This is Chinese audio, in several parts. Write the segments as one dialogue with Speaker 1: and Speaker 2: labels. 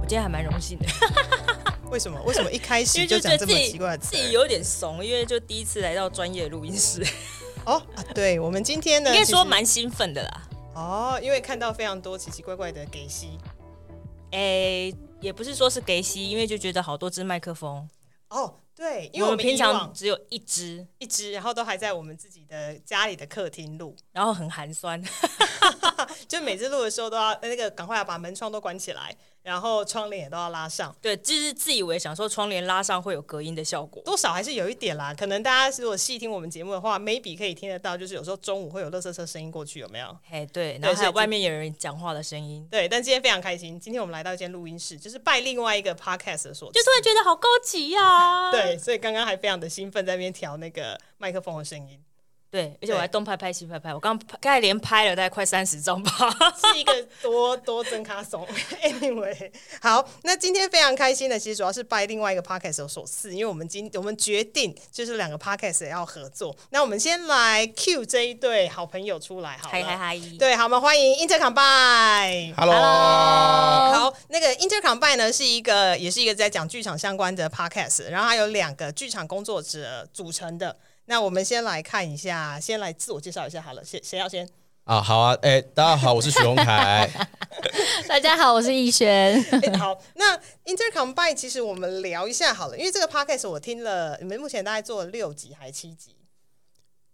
Speaker 1: 我今天还蛮荣幸的，
Speaker 2: 为什么？为什么一开
Speaker 1: 因
Speaker 2: 始
Speaker 1: 为就
Speaker 2: 就
Speaker 1: 觉
Speaker 2: 讲
Speaker 1: 得
Speaker 2: 这
Speaker 1: 自
Speaker 2: 么
Speaker 1: 己
Speaker 2: 奇怪的词
Speaker 1: 自己有点怂，因为就第一次来到专业录音室，
Speaker 2: 哦、啊对，我们今天呢，
Speaker 1: 应该
Speaker 2: 其实
Speaker 1: 说蛮兴奋的啦。
Speaker 2: 哦，因为看到非常多奇奇怪怪的给息
Speaker 1: 诶、也不是说是给息，因为就觉得好多支麦克风，
Speaker 2: 哦，对，因为
Speaker 1: 因为
Speaker 2: 我
Speaker 1: 我
Speaker 2: 们
Speaker 1: 们
Speaker 2: 以
Speaker 1: 平
Speaker 2: 往
Speaker 1: 常只有一支，
Speaker 2: 一直，然后都还在我们自己的家里的客厅录，
Speaker 1: 然后很寒酸。
Speaker 2: 就每次录的时候都要那个赶快要把门窗都关起来，然后窗帘也都要拉上。
Speaker 1: 对，就是自以为想说窗帘拉上会有隔音的效果。
Speaker 2: 多少还是有一点啦，可能大家如果细听我们节目的话，maybe 可以听得到，就是有时候中午会有垃圾车声音过去，有没有？
Speaker 1: 哎，对，然后还
Speaker 2: 所以
Speaker 1: 有
Speaker 2: 这
Speaker 1: 外面有人讲话的声音，
Speaker 2: 对，但今天非常开心，今天我们来到一间录音室，就是拜另外一个 podcast 的所
Speaker 1: 就呃
Speaker 2: 赐
Speaker 1: 突然觉得好高级啊呀、
Speaker 2: 对，所以刚刚还非常的兴奋，在那边调那个麦克风的声音，
Speaker 1: 对，而且我
Speaker 2: 对
Speaker 1: 还东拍拍西拍拍，我刚拍刚才连拍了大概快三十张吧。
Speaker 2: 是一个多多增咖松。anyway，好，那今天非常开心的，其实主要是拜另外一个 podcast 有所赐，因为我们今我们决定就是两个 podcast 要合作。那我们先来 Q 这一对好朋友出来好了，
Speaker 1: 嗨嗨嗨！
Speaker 2: 对，好，我们欢迎 Intercombine。
Speaker 3: Hello，
Speaker 2: 好，那个 Intercombine 呢是一个，也是一个在讲剧场相关的 podcast，然后还有两个剧场工作者组成的。那我们先来看一下，先来自我介绍一下好了，谁谁要先？
Speaker 3: 啊，好啊，哎、大家好，我是许荣凯，
Speaker 4: 大家好，我是逸轩。
Speaker 2: 诶哎好，那 Intercombine 其实我们聊一下好了，因为这个 podcast 我听了，你们目前大概做了六集还七集，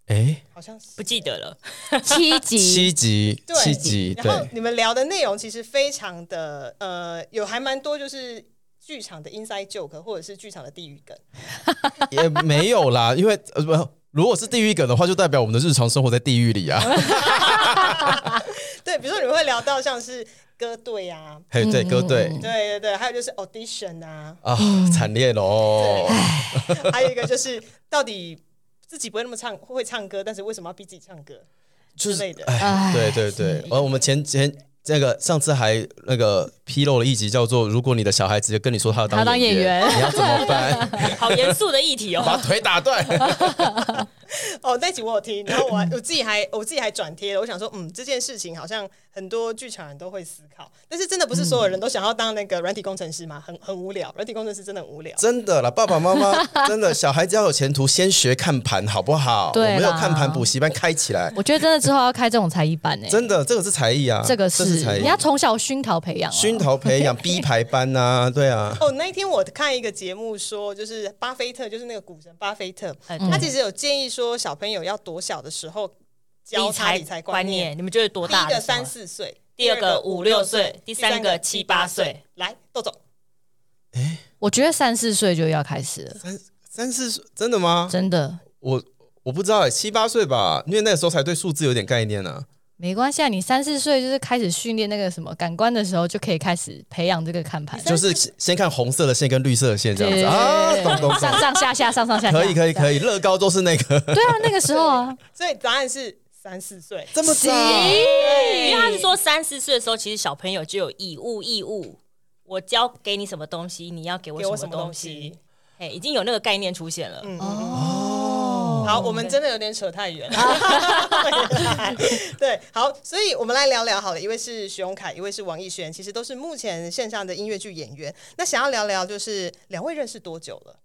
Speaker 3: 哎、
Speaker 2: 好像是
Speaker 1: 不记得了，
Speaker 4: 七集，
Speaker 3: 七集，
Speaker 2: 对
Speaker 3: 七集，
Speaker 2: 然后
Speaker 3: 对，
Speaker 2: 你们聊的内容其实非常的呃，有还蛮多就是剧场的 inside joke 或者是剧场的地狱梗。
Speaker 3: 也没有啦，因为呃不，如果是地狱梗的话，就代表我们的日常生活在地狱里啊。
Speaker 2: 对，比如说你们会聊到像是歌队 啊，
Speaker 3: 嘿，对，歌队
Speaker 2: 对对对，还有就是 audition 啊，
Speaker 3: 啊，惨烈喽。
Speaker 2: 还有一个就是到底自己不会那么唱会唱歌，但是为什么要逼自己唱歌？
Speaker 3: 就
Speaker 2: 之类
Speaker 3: 是
Speaker 2: 的，
Speaker 3: 哎，对对对，呃，我们前前那个上次还那个披露了一集叫做“如果你的小孩直接跟你说他要
Speaker 4: 他要当
Speaker 3: 演
Speaker 4: 演员
Speaker 3: 你要怎么 办？
Speaker 1: 好严肃的议题哦。
Speaker 3: 把腿打断。”
Speaker 2: 哦，那集我有听，然后我还我自己还我自己还转贴了，我想说，嗯，这件事情好像很多剧场人都会思考，但是真的不是所有人
Speaker 1: 嗯
Speaker 2: 都想要当那个软体工程师嘛，很很无聊，软体工程师真的很无聊。
Speaker 3: 真的啦，爸爸妈妈真的，小孩子要有前途，先学看盘好不好？
Speaker 4: 对啦
Speaker 3: 我们要看盘补习班开起来，
Speaker 4: 我觉得真的之后要开这种才艺班呢、
Speaker 3: 真的，这个是才艺啊，
Speaker 4: 哎这个
Speaker 3: 是
Speaker 4: 是
Speaker 3: 才艺
Speaker 4: 你，要从小熏陶培养、啊，
Speaker 3: 熏陶培 养 B 排班啊，对啊，
Speaker 2: 哦，那一天我看一个节目说，就是巴菲特，就是那个股神巴菲特，
Speaker 1: 哎对
Speaker 2: 他其实有建议说，小朋友要多小的时候教
Speaker 1: 理
Speaker 2: 他
Speaker 1: 财
Speaker 2: 理财
Speaker 1: 观
Speaker 2: 观念，
Speaker 1: 你们觉得多
Speaker 2: 第一
Speaker 1: 大的时候？
Speaker 2: 个三四岁，
Speaker 1: 第二个五六岁第三个七八岁。
Speaker 2: 来，豆总，
Speaker 4: 我觉得三四岁就要开始了，
Speaker 3: 三三四岁真的吗？
Speaker 4: 真的
Speaker 3: 我我不知道哎、七八岁吧，因为那个时候才对数字有点概念呢、
Speaker 4: 没关系啊。你三四岁就是开始训练那个什么感官的时候，就可以开始培养这个看盘
Speaker 3: 啊，，就是先先看红色的线跟绿色的线这样子
Speaker 4: 对
Speaker 3: 啊，懂懂懂
Speaker 4: 上，上下下，上上下下，
Speaker 3: 可以可以
Speaker 4: 以。
Speaker 3: 可以，乐高都是那 个
Speaker 4: 对啊，那个时候啊，
Speaker 2: 所以答案是三四岁。
Speaker 3: 这么早，
Speaker 1: 因为他是说三四岁的时候，其实小朋友就有以物易物，我教给你什么东西，你要给
Speaker 2: 给我
Speaker 1: 我
Speaker 2: 什
Speaker 1: 什
Speaker 2: 么
Speaker 1: 么
Speaker 2: 东
Speaker 1: 东
Speaker 2: 西嗯
Speaker 1: 西，哎，已经有那个概念出现了。
Speaker 4: 啊
Speaker 2: 好，我们真的有点扯太远了。 对，好，所以我们来聊聊好了，一位是徐永凯，一位是王艺轩，其实都是目前线上的音乐剧演员。那想要聊聊，就是两位认识多久了？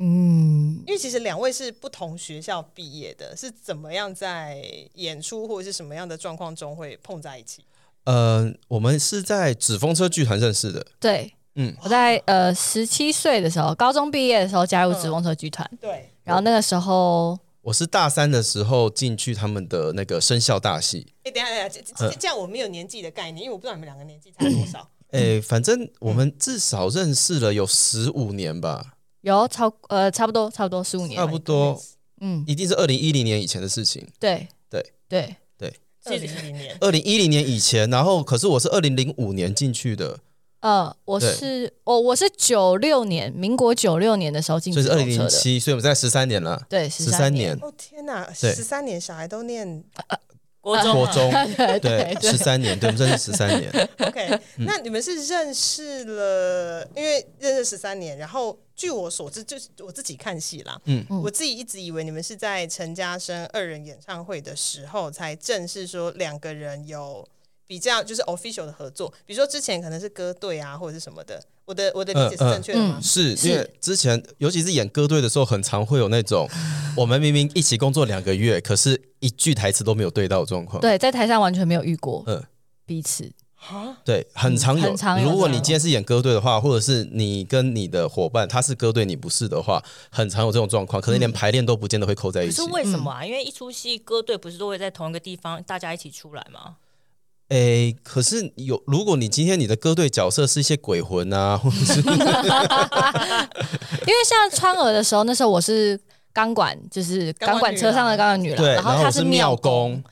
Speaker 4: 嗯，
Speaker 2: 因为其实两位是不同学校毕业的，是怎么样在演出或者是什么样的状况中会碰在一起？
Speaker 3: 呃，我们是在纸风车剧团认识的，
Speaker 4: 对，
Speaker 3: 嗯
Speaker 4: 我在呃十七岁的时候，高中毕业的时候加入紫风车剧
Speaker 3: 嗯
Speaker 4: 团，
Speaker 2: 对，
Speaker 4: 然后那个时候
Speaker 3: 我是大三的时候进去他们的那个生肖大戏，
Speaker 2: 哎、等一下，等一下这，这这样我没有年纪的概念，因为我不知道你们两个年纪差多少。
Speaker 4: 嗯
Speaker 3: 诶，哎反正我们至少认识了有十五年吧，
Speaker 4: 有超呃差不多差不多十五年
Speaker 3: 差，不多，
Speaker 4: 嗯，
Speaker 3: 一定是二零一零年以前的事情。
Speaker 4: 对
Speaker 3: 对
Speaker 4: 对，
Speaker 2: 二零一零年，
Speaker 3: 嗯二零一零年以前，然后可是我是二零零五年进去的，
Speaker 4: 呃，我
Speaker 3: 对
Speaker 4: 是哦，我是九六年，民国九六年的时候进
Speaker 3: 所
Speaker 4: 直
Speaker 3: 以是
Speaker 4: 通
Speaker 3: 二
Speaker 4: 车
Speaker 3: 零零
Speaker 4: 的，
Speaker 3: 七，所以我们在十三年了，
Speaker 4: 对，
Speaker 3: 十
Speaker 4: 三
Speaker 3: 三年，
Speaker 2: 哦天哪，
Speaker 3: 对
Speaker 2: 十三年小孩都念
Speaker 1: 国中
Speaker 3: 国
Speaker 1: 啊
Speaker 3: 中，
Speaker 4: 对
Speaker 3: 对
Speaker 4: 对，
Speaker 3: 十三年，对，我们认识十三 年，
Speaker 2: OK，那
Speaker 3: 嗯
Speaker 2: 你们是认识了，因为认识十三年，然后据我所知，就是我自己看戏啦，
Speaker 3: 嗯
Speaker 2: 我自己一直以为你们是在陈嘉生二人演唱会的时候才正式说两个人有比较就是 official 的合作，比如说之前可能是歌队啊或者是什么的，我的我的理解是
Speaker 3: 嗯嗯
Speaker 2: 正确的吗？
Speaker 3: 是因为之前，尤其是演歌队的时候，很常会有那种，我们明明一起工作两个月，可是一句台词都没有对到的状况。
Speaker 4: 对，在台上完全没有遇过
Speaker 3: 嗯，
Speaker 4: 彼此，
Speaker 3: 对，很常有。
Speaker 4: 很常有
Speaker 3: 如果
Speaker 4: 这
Speaker 3: 你
Speaker 4: 种
Speaker 3: 今天是演歌队的话，或者是你跟你的伙伴他是歌队，你不是的话，很常有这种状况，可
Speaker 4: 嗯
Speaker 3: 能连排练都不见得会扣在一
Speaker 1: 可是。
Speaker 3: 起
Speaker 1: 为什么啊？因为一出戏歌队不是都会在同一个地方大家一起出来吗？
Speaker 3: 诶，可是有，如果你今天你的歌队角色是一些鬼魂啊，或者是
Speaker 4: 因为像川儿的时候，那时候我是钢管，就是
Speaker 2: 钢管
Speaker 4: 钢管
Speaker 2: 女
Speaker 4: 车上
Speaker 2: 郎
Speaker 4: 的钢管女郎，
Speaker 3: 对，
Speaker 4: 后
Speaker 3: 后
Speaker 4: 她
Speaker 3: 我
Speaker 4: 是
Speaker 3: 庙
Speaker 4: 工，
Speaker 3: 工，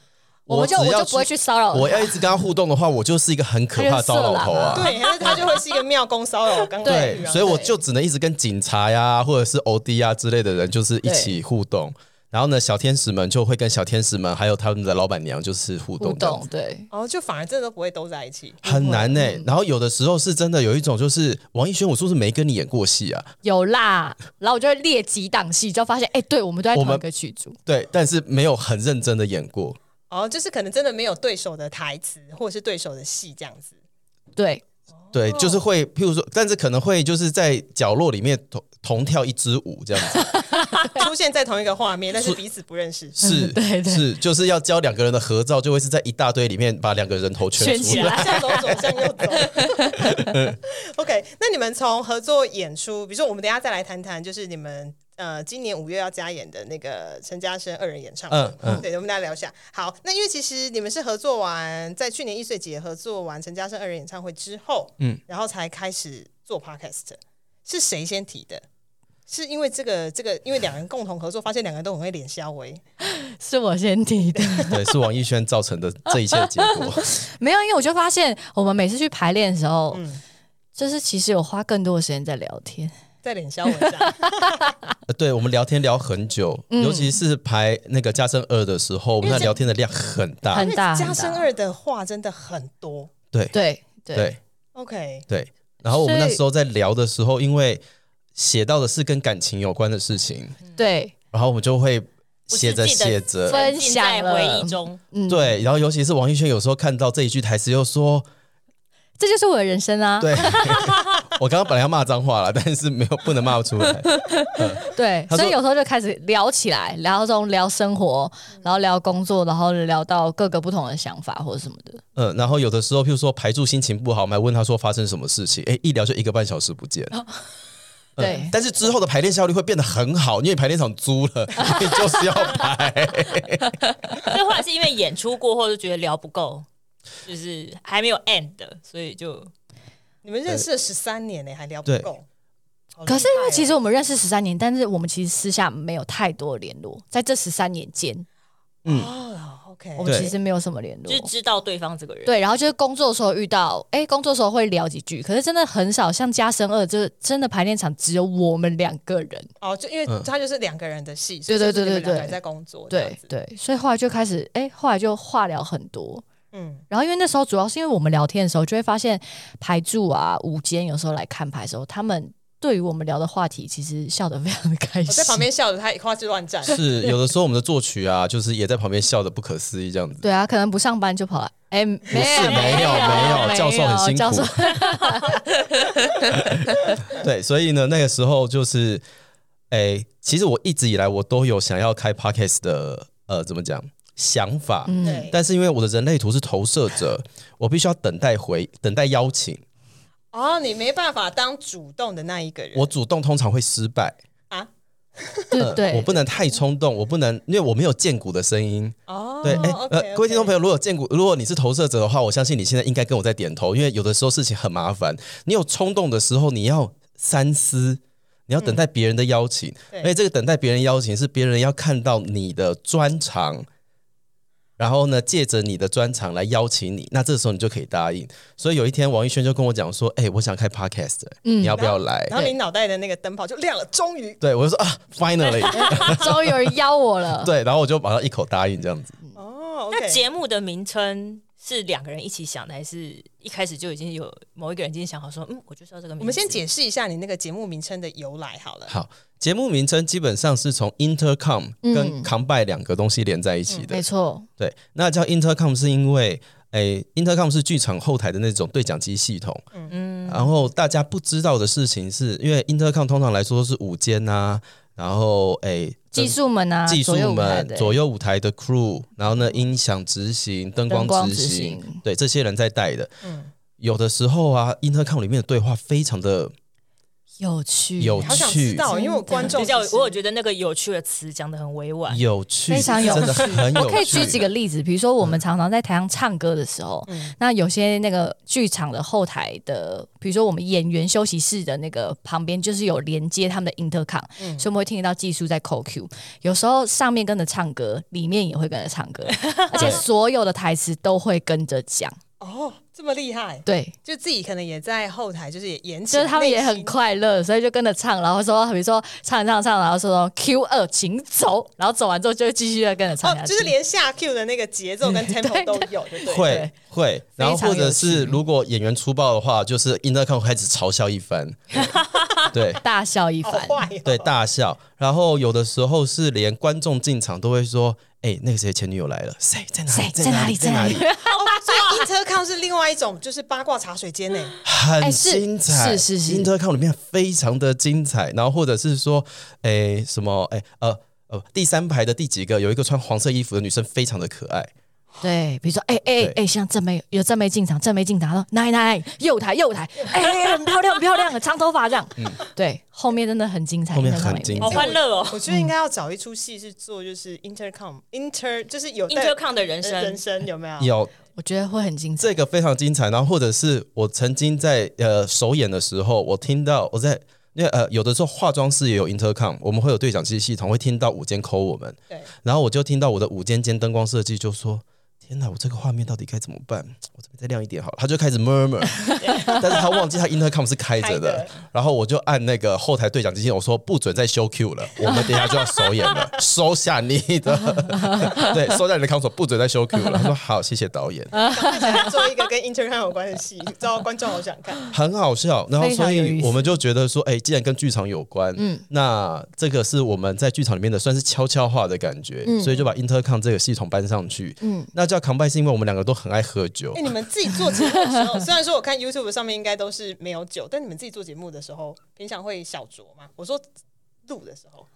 Speaker 4: 我们就
Speaker 3: 只
Speaker 4: 我
Speaker 3: 要
Speaker 4: 就不会去骚扰
Speaker 3: 我
Speaker 4: 她
Speaker 3: 要一直跟他互动的话，我就是一个很可怕的糟老头啊。
Speaker 4: 她
Speaker 2: 对，那他就会是一个妙公骚扰，我 刚刚
Speaker 3: 对，所以我
Speaker 4: 对
Speaker 3: 就只能一直跟警察呀，或者是 OD 呀之类的人，就是一起互动。然后呢，小天使们就会跟小天使们还有他们的老板娘就是互
Speaker 4: 互
Speaker 3: 动这样
Speaker 4: 动嗯
Speaker 3: 子，
Speaker 4: 对，
Speaker 2: 哦，就反而真的都不会都在一起。
Speaker 3: 很难呢、然后有的时候是真的有一种就是王艺轩，我是不是没跟你演过戏啊？
Speaker 4: 有啦，然后我就会列几档戏，就发现哎、对我们都在
Speaker 3: 我
Speaker 4: 同一
Speaker 3: 们
Speaker 4: 个剧组，
Speaker 3: 对，但是没有很认真的演过。
Speaker 2: 哦，就是可能真的没有对手的台词或者是对手的戏这样子。
Speaker 4: 对，
Speaker 3: 对，就是会，譬如说，但是可能会就是在角落里面同同跳一支舞这样子，
Speaker 2: 出现在同一个画面，但是彼此不认识。
Speaker 3: 是，
Speaker 4: 对对
Speaker 3: 是，就是要交两个人的合照，就会是在一大堆里面把两个人头圈
Speaker 4: 圈
Speaker 3: 出
Speaker 4: 起来
Speaker 2: 向左走，向右走。OK，那你们从合作演出，比如说我们等一下再来谈谈，就是你们呃今年五月要加演的那个陈嘉生二人演唱会，
Speaker 3: 嗯嗯
Speaker 2: 对，我们大家聊一下。好，那因为其实你们是合作完，在去年易碎节合作完陈嘉生二人演唱会之后，嗯
Speaker 3: 嗯，
Speaker 2: 然后才开始做 Podcast，是谁先提的？是因为这个这个，因为两人共同合作，发现两个人都很会脸消微，
Speaker 4: 是我先提的。
Speaker 3: 对，是王艺轩造成的这一切结果。
Speaker 4: 没有，因为我就发现我们每次去排练的时候，就是其实有花更多的时间在聊天。
Speaker 2: 在脸消微上。
Speaker 3: 呃对，我们聊天聊很久，尤其是排那个加深二的时候，我们那聊天的量很大。
Speaker 4: 很大
Speaker 2: 加深二的话真的很多。
Speaker 3: 对
Speaker 4: 对
Speaker 3: 对
Speaker 2: OK，
Speaker 3: 对。然后我们
Speaker 4: 所以
Speaker 3: 那时候在聊的时候，因为写到的是跟感情有关的事情，
Speaker 4: 对，
Speaker 3: 然后我们就会
Speaker 1: 是
Speaker 3: 写着
Speaker 1: 记得
Speaker 3: 写着，
Speaker 4: 分
Speaker 1: 浸
Speaker 4: 享
Speaker 1: 在
Speaker 4: 了
Speaker 1: 回忆中，
Speaker 4: 嗯，，
Speaker 3: 对。然后尤其是王艺轩有时候看到这一句台词，又说
Speaker 4: 这就是我的人生：“啊。
Speaker 3: 对， 我刚刚本来要骂脏话了，但是没有不能骂出 来。
Speaker 4: 对，
Speaker 3: 他说
Speaker 4: 所以有时候就开始聊起来，然后从聊生活，然后聊工作，然后聊到各个不同的想法或者什么的。”
Speaker 3: 嗯，然后有的时候，譬如说排住心情不好，我们还问他说发生什么事情，哎，一聊就一个半小时不见。嗯
Speaker 4: 哦对
Speaker 3: 但是之后的排练效率会变得很好，因为排练场租了， 你就是要排。
Speaker 1: 所以后来是因为演出过后就觉得聊不够，就是还没有 end，所以就
Speaker 2: 你们认识了十三年呢、还聊不
Speaker 3: 对
Speaker 2: 够。好厉害哦
Speaker 4: 可是因为其实我们认识十三年，但是我们其实私下没有太多联络，在这十三年间，
Speaker 3: 嗯
Speaker 2: 哦，OK，
Speaker 4: 我们
Speaker 3: 对
Speaker 4: 其实没有什么联络
Speaker 1: 就是。知道对方这个人。
Speaker 4: 对，然后就是工作的时候遇到，哎，工作的时候会聊几句，可是真的很少。像加深二，就是真的排练场只有我们两个人，
Speaker 2: 哦，就因为他就是两个人的戏，所
Speaker 4: 对
Speaker 2: 以就
Speaker 4: 对
Speaker 2: 是你们两
Speaker 4: 对对
Speaker 2: 个人
Speaker 4: 对
Speaker 2: 在工作，这样
Speaker 4: 对
Speaker 2: 子，
Speaker 4: 对，所以后来就开始，哎，后来就话聊很多。
Speaker 2: 嗯，
Speaker 4: 然后因为那时候主要是因为我们聊天的时候，就会发现排柱啊、午间有时候来看牌的时候，他们对于我们聊的话题其实笑得非常的开心。
Speaker 2: 我在旁边笑着，他一块去乱站，
Speaker 3: 是有的时候我们的作曲啊，就是也在旁边笑的不可思议这样子。
Speaker 4: 对啊，可能不上班就跑来，哎，没
Speaker 3: 不是
Speaker 4: 有
Speaker 3: 没有没有，教授很辛苦。
Speaker 4: 教授
Speaker 3: 对，所以呢，那个时候就是，哎，其实我一直以来我都有想要开 podcast 的，呃，怎么讲想法，
Speaker 2: 对，
Speaker 3: 但是因为我的人类图是投射者，我必须要等待回等待邀请。
Speaker 2: 哦，你没办法当主动的那一个人，
Speaker 3: 我主动通常会失败，
Speaker 4: 对对，
Speaker 3: 我不能太冲动，我不能，因为我没有剑骨的声音。
Speaker 2: 哦，
Speaker 3: 对，哎、
Speaker 2: OK，OK
Speaker 3: 呃，各位听众朋友，如果有剑骨，如果你是投射者的话，我相信你现在应该跟我在点头，因为有的时候事情很麻烦，你有冲动的时候，你要三思。你要等待别人的邀请，
Speaker 2: 对
Speaker 3: 而且这个等待别人邀请是别人要看到你的专长，然后呢，借着你的专长来邀请你，那这时候你就可以答应。所以有一天，王一轩就跟我讲说：“哎、我想开 podcast，、
Speaker 4: 嗯
Speaker 3: 你要不要来
Speaker 2: 然后你脑袋的那个灯泡就亮了，终于？”
Speaker 3: 对，我就说啊，finally，
Speaker 4: 终于有人邀我了。
Speaker 3: 对，然后我就马上一口答应这样子。
Speaker 2: 哦
Speaker 1: 那
Speaker 2: ，OK，
Speaker 1: 节目的名称是两个人一起想的，还是一开始就已经有某一个人已经想好说，嗯，我就是要这个名字。
Speaker 2: 我们先解释一下你那个节目名称的由来好了。
Speaker 3: 好，节目名称基本上是从 intercom 跟
Speaker 4: 嗯
Speaker 3: combine 两个东西连在一起的。
Speaker 4: 没错，
Speaker 3: 对，那叫 intercom 是因为，诶、i n t e r c o m 是剧场后台的那种对讲机系统。嗯，然后大家不知道的事情是，因为 intercom 通常来说是午间啊，然后诶、
Speaker 4: 技术们啊，
Speaker 3: 技术
Speaker 4: 左右舞台
Speaker 3: 们、
Speaker 4: 的
Speaker 3: 左右舞台的 crew，然后呢，音响执行、灯
Speaker 4: 灯光
Speaker 3: 执
Speaker 4: 执
Speaker 3: 行
Speaker 4: 行，嗯
Speaker 3: 对这些人在带的。有的时候啊，intercom 里面的对话非常的
Speaker 4: 有趣，
Speaker 3: 有
Speaker 2: 好想知道，
Speaker 4: 去
Speaker 2: 因为我观众
Speaker 1: 比较
Speaker 2: 其，实
Speaker 1: 我有觉得那个有趣的词讲的很委婉，
Speaker 3: 有趣，
Speaker 4: 非常有
Speaker 3: 真的
Speaker 4: 趣
Speaker 3: 很有
Speaker 4: 我
Speaker 3: 趣。嗯
Speaker 4: 可以举几个例子，比如说我们常常在台上唱歌的时候，那有些那个剧场的后台的，比如说我们演员休息室的那个旁边，就是有连接他们的 intercom，、所以我们会听得到技术在扣 Q。有时候上面跟着唱歌，里面也会跟着唱歌，而且所有的台词都会跟着讲。
Speaker 2: 哦这么厉害，
Speaker 4: 对，
Speaker 2: 就自己可能也在后台，就是也演起
Speaker 4: 就
Speaker 2: 内心，
Speaker 4: 是他们也很快乐，所以就跟着唱，然后说，比如说唱一唱唱，然后说 Q 二，请走，然后走完之后就继续再跟着唱
Speaker 2: 哦
Speaker 4: 下，去。
Speaker 2: 就是连下 Q 的那个节奏跟 tempo 都有，对不对？
Speaker 3: 会会，然后
Speaker 4: 非常
Speaker 3: 或者
Speaker 4: 有
Speaker 3: 是
Speaker 4: 趣
Speaker 3: 如果演员粗暴的话，就是 intercom 开始嘲笑一 番，对
Speaker 4: 大笑一
Speaker 2: 好
Speaker 4: 番，
Speaker 2: 坏哦
Speaker 3: 对，大笑。然后有的时候是连观众进场都会说：“哎、那个谁前女友来了，谁在哪里？
Speaker 4: 谁
Speaker 3: 在哪里？
Speaker 4: 在
Speaker 3: 在哪
Speaker 4: 哪
Speaker 3: 里
Speaker 4: 里？”
Speaker 2: 哦所以 intercom 是另外一种，就是八卦茶水间 呢。
Speaker 3: 很
Speaker 4: 哎是
Speaker 3: 精彩，
Speaker 4: 是是是
Speaker 3: intercom 里面非常的精彩。然后或者是说，哎、什么？哎、呃呃，第三排的第几个有一个穿黄色衣服的女生，非常的可爱。
Speaker 4: 对，比如说，哎哎
Speaker 3: 对
Speaker 4: 哎，像正妹有正妹进场，正妹进场，然后奶奶右台右台，哎、哎很漂亮很漂亮，长头发这样，对，后面真的很精彩，
Speaker 3: 嗯后面
Speaker 4: 真的
Speaker 3: 很精彩
Speaker 1: 好欢乐哦。
Speaker 2: 我觉得应该要找一出戏是做就是 intercom inter 就是有呃
Speaker 1: intercom 的人生，
Speaker 2: 人生有没
Speaker 4: 啊
Speaker 2: 有？
Speaker 3: 有
Speaker 4: 我觉得会很精彩。
Speaker 3: 这个非常精彩。然后或者是我曾经在呃首演的时候，我听到我在。因为呃，有的时候化妆师也有 intercom，我们会有对讲机系统，会听到午间 call 我们，
Speaker 2: 对，
Speaker 3: 然后我就听到我的午间间灯光设计就说：“天哪，我这个画面到底该怎么办？我这边再亮一点好了。”他就开始 murmur，但是他忘记他 intercom 是开着
Speaker 2: 开
Speaker 3: 的
Speaker 2: 的，
Speaker 3: 然后我就按那个后台对讲机器，我说不准再修 Q 了，我们等一下就要首 演了，收下你的，对，收下你的 console，不准再修 Q 了。他说好，谢谢导演，
Speaker 2: 赶快想要做一个跟 intercom 有关的戏，知道观众好想看。
Speaker 3: 很好笑。然后
Speaker 4: 非
Speaker 3: 所
Speaker 4: 常有
Speaker 3: 以
Speaker 4: 意思
Speaker 3: 我们就觉得说，哎，既然跟剧场有关，嗯，那这个是我们在剧场里面的算是悄悄话的感觉，
Speaker 4: 嗯
Speaker 3: 所以就把 intercom 这个系统搬上去。嗯，那叫 combine 是因为我们两个都很爱喝酒
Speaker 2: 哎，。你们自己做节目的时 候，虽然说我看 YouTube 上面应该都是没有酒，但你们自己做节目的时候，平常会小酌吗？我说录的时候，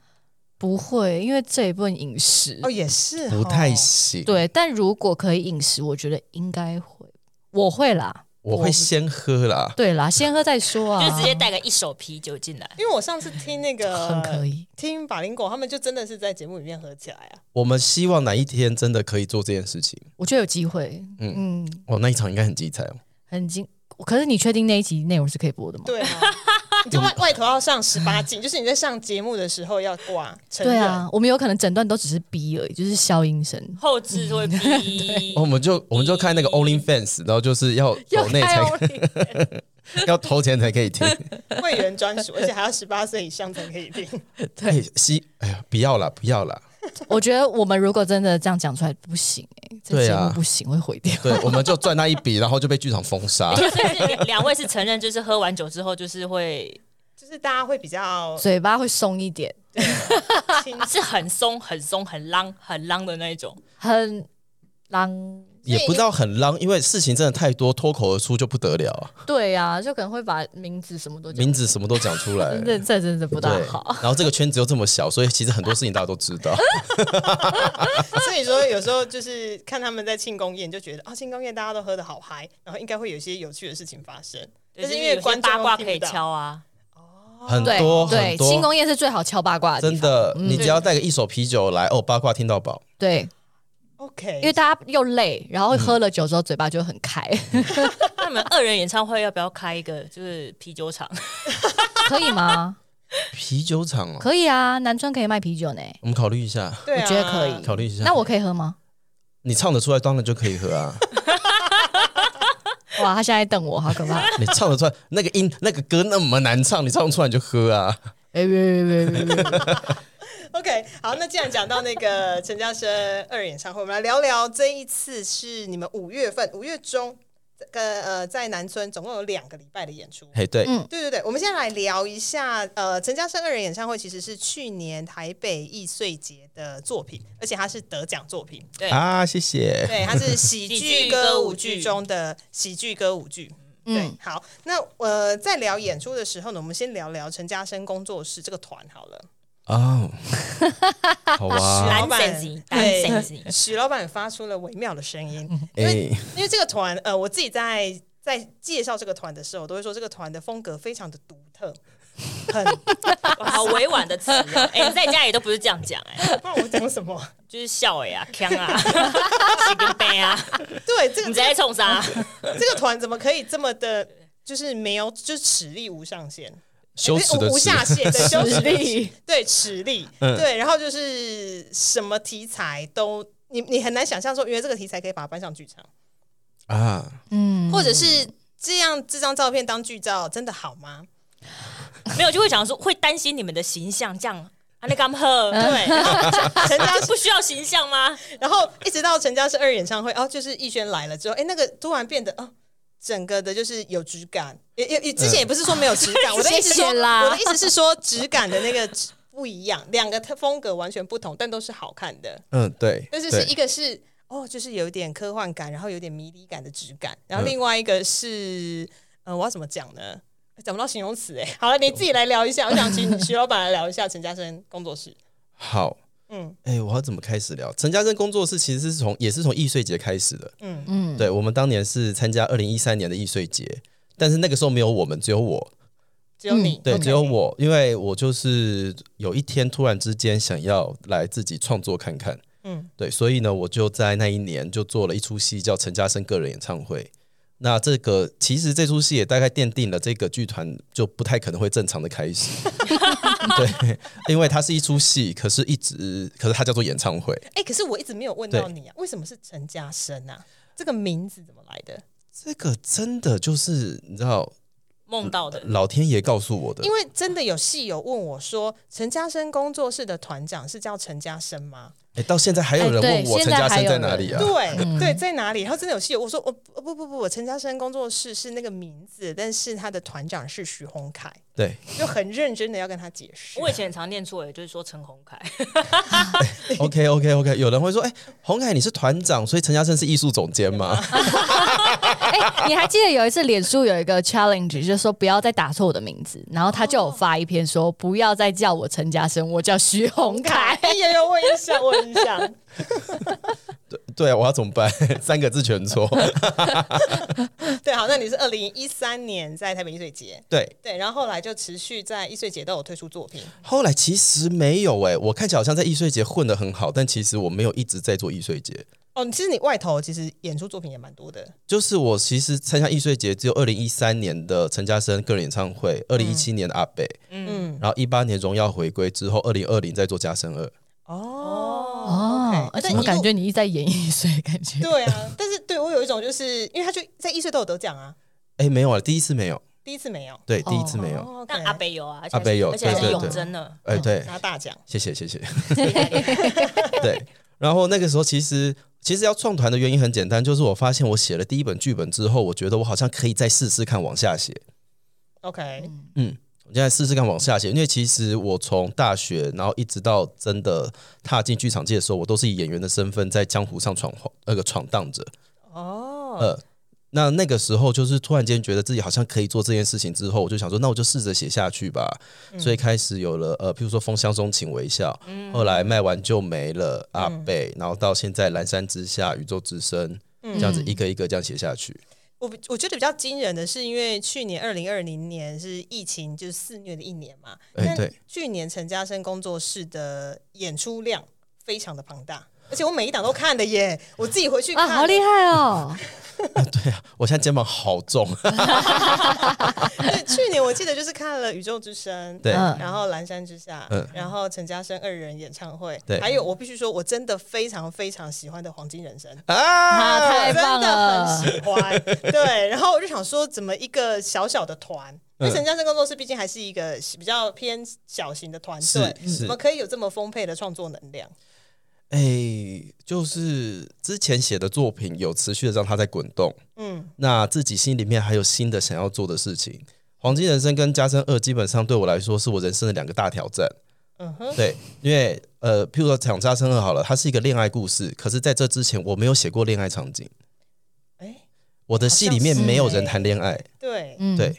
Speaker 4: 不会，因为这一部分饮食，
Speaker 3: 哎
Speaker 2: 哦，也是哦
Speaker 3: 不太行，
Speaker 4: 嗯对，但如果可以饮食，我觉得应该会，我会啦，
Speaker 3: 我会先喝啦。
Speaker 4: 对啦，先喝再说啊，
Speaker 1: 就直接带个一手啤酒进来，
Speaker 2: 因为我上次听那个
Speaker 4: 很可以，
Speaker 2: 听把林狗他们就真的是在节目里面合起来啊，
Speaker 4: 哦
Speaker 3: 我们希望哪一天真的可以做这件事情。
Speaker 4: 我觉得有机会，嗯
Speaker 3: 哦，那一场应该很精彩哦。
Speaker 4: 很精。可是你确定那一集内容是可以播的吗？
Speaker 2: 对 啊，你就外外头要上十八禁，就是你在上节目的时候要挂成
Speaker 4: 对
Speaker 2: 人，
Speaker 4: 啊，我们有可能整段都只是逼而已，就是消音声。
Speaker 1: 后置 会逼
Speaker 3: 哦我。们就我们就看那个 Only Fans，然后就是 要抖内哦才
Speaker 4: 又开
Speaker 3: 要投钱才可以 听。
Speaker 2: 会员专属，而且还要十八岁以上才可以听。
Speaker 3: 对，西，哎呀，不要啦，不要啦。
Speaker 4: 我觉得我们如果真的这样讲出来不行哎、欸，这
Speaker 3: 对
Speaker 4: 节
Speaker 3: 啊
Speaker 4: 目不行，会毁掉。
Speaker 3: 对，我们就赚那一笔，然后就被剧场封 杀。
Speaker 1: 所以是两位是承认，就是喝完酒之后，就是会
Speaker 2: 就是大家会比较
Speaker 4: 嘴巴会松一点，
Speaker 2: 轻
Speaker 1: 啊，是很松、很松、很浪、很浪的那一种。
Speaker 4: 很狼。
Speaker 3: 也不知道很浪，因为事情真的太多，脱口而出就不得了啊，
Speaker 4: 对啊，就可能会把名字什么都讲
Speaker 3: 名字什么都讲出来。
Speaker 4: 这这 真的不大
Speaker 3: 对
Speaker 4: 好。，
Speaker 3: 然后这个圈子又这么小，所以其实很多事情大家都知 道。
Speaker 2: 啊所以说有时候就是看他们在庆功宴，就觉得啊，庆功宴大家都喝的好嗨，然后应该会有一些有趣的事情发生。
Speaker 1: 对
Speaker 2: 但是
Speaker 1: 就
Speaker 2: 因为
Speaker 1: 是有些
Speaker 2: 观众
Speaker 1: 八卦
Speaker 2: 听
Speaker 1: 可
Speaker 2: 不
Speaker 1: 以
Speaker 2: 到
Speaker 1: 敲啊，
Speaker 3: 很
Speaker 4: 对
Speaker 3: 多
Speaker 4: 对，
Speaker 3: 很
Speaker 4: 庆
Speaker 3: 多，
Speaker 4: 功宴是最好敲八卦的地
Speaker 3: 真
Speaker 4: 方。嗯
Speaker 3: 的，你只要带个一手啤酒来，哦，八卦听到饱。
Speaker 4: 对，
Speaker 2: OK，
Speaker 4: 因为大家又累，然后喝了酒之后嘴巴就很开，
Speaker 3: 嗯
Speaker 1: 那你们二人演唱会要不要开一个就是啤酒厂？
Speaker 4: 可以吗？
Speaker 3: 啤酒厂哦，
Speaker 4: 可以啊，南村可以卖啤酒呢，
Speaker 3: 我们考虑一下，
Speaker 2: 对啊，
Speaker 4: 我觉得可以
Speaker 3: 考虑一下。
Speaker 4: 那我可以喝吗？
Speaker 3: 你唱得出来，当然就可以合啊。
Speaker 4: 哇，他现在瞪我，好可 怕！哎
Speaker 3: 你唱得出来，那个音那个歌那么难唱，你唱不出来你就喝啊。
Speaker 4: 哎，别别别别别别！
Speaker 2: OK，好，那既然讲到那个陈嘉生二演唱会，我们来聊聊这一次是你们五月份五月中，呃呃，在南村总共有两个礼拜的演出。
Speaker 3: 嘿，对，
Speaker 4: 嗯
Speaker 2: 对对对，我们现在来聊一下，呃，陈嘉生二人演唱会其实是去年台北易碎节的作品，而且它是得奖作品，
Speaker 1: 对
Speaker 3: 啊，谢谢。
Speaker 2: 对，它是喜
Speaker 1: 喜
Speaker 2: 剧
Speaker 1: 剧
Speaker 2: 歌
Speaker 1: 歌
Speaker 2: 舞
Speaker 1: 舞
Speaker 2: 剧
Speaker 1: 剧
Speaker 2: 中的喜剧歌舞剧。对
Speaker 4: 嗯，，
Speaker 2: 好，那呃，在聊演出的时候呢，我们先聊聊陈嘉生工作室这个团好了。
Speaker 3: 哦， 好 啊，
Speaker 2: 老板
Speaker 1: 蓝神级
Speaker 2: 对
Speaker 1: 蓝神级
Speaker 2: 许老板发出了微妙的声音，因为
Speaker 3: 哎，
Speaker 2: 因为这个团，呃，我自己在在介绍这个团的时候，我都会说这个团的风格非常的独 特，很
Speaker 1: 哇好委婉的词
Speaker 2: 啊
Speaker 1: 哦。 哎，你在家里都不是这样讲，哎，
Speaker 2: 不然我讲什么？
Speaker 1: 就是笑哎呀，腔 啊，洗个杯啊，
Speaker 2: 对，这个
Speaker 1: 你在冲啥？
Speaker 2: 这个团怎么可以这么的，就是没有，就是齿力无上限，
Speaker 3: 羞耻
Speaker 2: 哎
Speaker 3: 的
Speaker 2: 无无
Speaker 3: 耻，
Speaker 2: 下限， 对，羞耻
Speaker 4: 实
Speaker 2: 的耻
Speaker 4: 力
Speaker 2: 对，齿力，
Speaker 3: 嗯
Speaker 2: 对，然后就是什么题材都，你你很难想象说，原来这个题材可以把它搬上剧场，
Speaker 3: 啊，
Speaker 4: 嗯，
Speaker 2: 或者是这样这张照片当剧照，真的好吗？
Speaker 1: 没有，就会想说会担心你们的形象，这样啊，那刚喝，
Speaker 2: 对，然后陈嘉
Speaker 1: 不需要形象吗？
Speaker 2: 然后一直到陈嘉是二演唱会，哦，就是逸轩来了之后，哎，那个突然变得哦，整个的就是有质感，也也也之前也不是说没有质感，我的意思
Speaker 4: 谢
Speaker 2: 说，
Speaker 4: 谢啦
Speaker 2: 我的意思是说质感的那个质不一样，两个特风格完全不同，但都是好看的，
Speaker 3: 嗯，对，
Speaker 2: 但是
Speaker 3: 对
Speaker 2: 是一个是。哦，就是有一点科幻感，然后有点迷离感的质感，然后
Speaker 3: 嗯
Speaker 2: 另外一个是，呃，我要怎么讲呢？找不到形容词哎。好了，你自己来聊一下，我想请徐老板来聊一下陈嘉生工作室。
Speaker 3: 好，
Speaker 2: 嗯
Speaker 3: 哎、我要怎么开始聊？陈嘉生工作室其实是从也是从易碎节开始的。
Speaker 2: 嗯
Speaker 4: 嗯，
Speaker 3: 对我们当年是参加二零一三年的易碎节，但是那个时候没有我们，只有我。
Speaker 2: 只有你，
Speaker 3: 嗯对
Speaker 2: OK
Speaker 3: 只有我，因为我就是有一天突然之间想要来自己创作看看。
Speaker 2: 嗯
Speaker 3: 嗯，对，所以呢，我就在那一年就做了一出戏，叫陈嘉生个人演唱会。那这个其实这出戏也大概奠定了这个剧团就不太可能会正常的开 始，对，因为它是一出戏，可是一直可是它叫做演唱会，
Speaker 2: 哎、可是我一直没有问到
Speaker 3: 对
Speaker 2: 你啊，为什么是陈嘉生啊？这个名字怎么来的？
Speaker 3: 这个真的就是你知道，
Speaker 1: 梦到的，
Speaker 3: 老天爷告诉我的
Speaker 2: 因。为真的有戏友问我说，陈嘉生工作室的团长是叫陈嘉生吗？
Speaker 3: 哎，到现在还有人问我
Speaker 4: 哎对
Speaker 3: 陈嘉生
Speaker 4: 现在还
Speaker 3: 在
Speaker 4: 有人
Speaker 3: 哪里啊？
Speaker 2: 对、
Speaker 4: 嗯
Speaker 2: 对，在哪里？然后真的有戏友，我说我哦不不不不，我陈嘉生工作室是那个名字，但是他的团长是徐宏凯，
Speaker 3: 对，
Speaker 2: 就很认真的要跟他解释。
Speaker 1: 我以前很常念错，也就是说陈宏凯，
Speaker 3: OK OK OK，有人会说，哎、洪凯你是团长，所以陈嘉生是艺术总监 吗？
Speaker 4: 哎， 你还记得有一次脸书有一个 challenge，就是说不要再打错我的名字，然后他就有发一篇说不要再叫我陈嘉生，我叫徐宏凯。
Speaker 2: 哎有有，我印象，我有印象。
Speaker 3: 对啊，我要怎么办？ 三个字全错。
Speaker 2: 对，好，那你是二零一三年在台北艺穗节，
Speaker 3: 对，
Speaker 2: 对，然后后来就持续在艺穗节都有推出作品。
Speaker 3: 后来其实没有哎、我看起来好像在易碎节混得很好，但其实我没有一直在做易碎节。
Speaker 2: 哦，其实你外头其实演出作品也蛮多的，
Speaker 3: 就是我其实参加易碎节只有二零一三年的陈嘉生个人演唱会，二零一七年的阿北，
Speaker 2: 嗯
Speaker 3: 嗯，然后一八年荣耀回归之后，二零二零再做嘉生二。
Speaker 2: 哦
Speaker 4: 哦，
Speaker 2: ，OK，
Speaker 4: 而且
Speaker 2: 但
Speaker 4: 我
Speaker 2: 一
Speaker 4: 感
Speaker 2: 路
Speaker 4: 觉你一直在演艺术，感觉
Speaker 2: 对啊，但是对我有一种就是因为他就在一岁都有得奖啊，
Speaker 3: 哎、没有啊，第一次没有，
Speaker 2: 第一次没有，
Speaker 3: 对，
Speaker 4: 哦
Speaker 3: 第一次没有。
Speaker 2: 哦，
Speaker 1: 但阿北有啊，而且
Speaker 3: 阿北有
Speaker 1: 而且还
Speaker 2: 对
Speaker 1: 是
Speaker 2: 对
Speaker 1: 永
Speaker 2: 对
Speaker 1: 贞 呢。
Speaker 3: 哎、对，
Speaker 2: 拿大奖，
Speaker 3: 谢谢谢谢。对，然后那个时候其实其实要创团的原因很简单，就是我发现我写了第一本剧本之后，我觉得我好像可以再试试看往下写。
Speaker 2: OK，
Speaker 4: 嗯
Speaker 3: 我现在试试看往下写，因为其实我从大学，然后一直到真的踏进剧场界的时候，我都是以演员的身份在江湖上闯晃那个闯荡着。哦，呃，那那个时候就是突然间觉得自己好像可以做这件事情之后，我就想说，那我就试着写下去吧。所以开始有了呃，譬如说《风箱中请微笑》后来卖完就没了阿贝，然后到现在《蓝山之下》《宇宙之声》这样子一个一个这样写下去。
Speaker 2: 我比我觉得比较惊人的是，因为去年二零二零年是疫情就是肆虐的一年嘛，
Speaker 3: 哎
Speaker 2: 但
Speaker 3: 对
Speaker 2: 去年陈嘉生工作室的演出量非常的庞大，而且我每一档都看的耶，我自己回去
Speaker 4: 啊，
Speaker 2: 看，
Speaker 4: 好厉害哦！
Speaker 3: 我现在肩膀好重，
Speaker 2: 对，去年我记得就是看了《宇宙之声》，
Speaker 3: 对
Speaker 4: 嗯
Speaker 2: 然后《蓝山之下》，
Speaker 3: 嗯
Speaker 2: 然后陈嘉生二人演唱会，
Speaker 3: 对
Speaker 2: 还有我必须说，我真的非常非常喜欢的《黄金人生》。
Speaker 4: 啊，太
Speaker 2: 真
Speaker 4: 棒
Speaker 2: 的
Speaker 4: 了
Speaker 2: 很！喜欢，对，然后我就想说，怎么一个小小的团，因为
Speaker 3: 嗯
Speaker 2: 陈嘉生工作室毕竟还是一个比较偏小型的团队，
Speaker 3: 是是
Speaker 2: 怎么可以有这么丰沛的创作能量？
Speaker 3: 哎、就是之前写的作品有持续的让它在滚动，
Speaker 2: 嗯，
Speaker 3: 那自己心里面还有新的想要做的事情。黄金人生跟加深二基本上对我来说是我人生的两个大挑战。
Speaker 2: 嗯哼，
Speaker 3: 对，因为呃，譬如说讲加深二好了，它是一个恋爱故事，可是在这之前我没有写过恋爱场景，
Speaker 2: 哎，
Speaker 3: 我的戏里面
Speaker 2: 好像是
Speaker 3: 没有人谈恋爱。
Speaker 2: 对，
Speaker 4: 嗯，
Speaker 3: 对，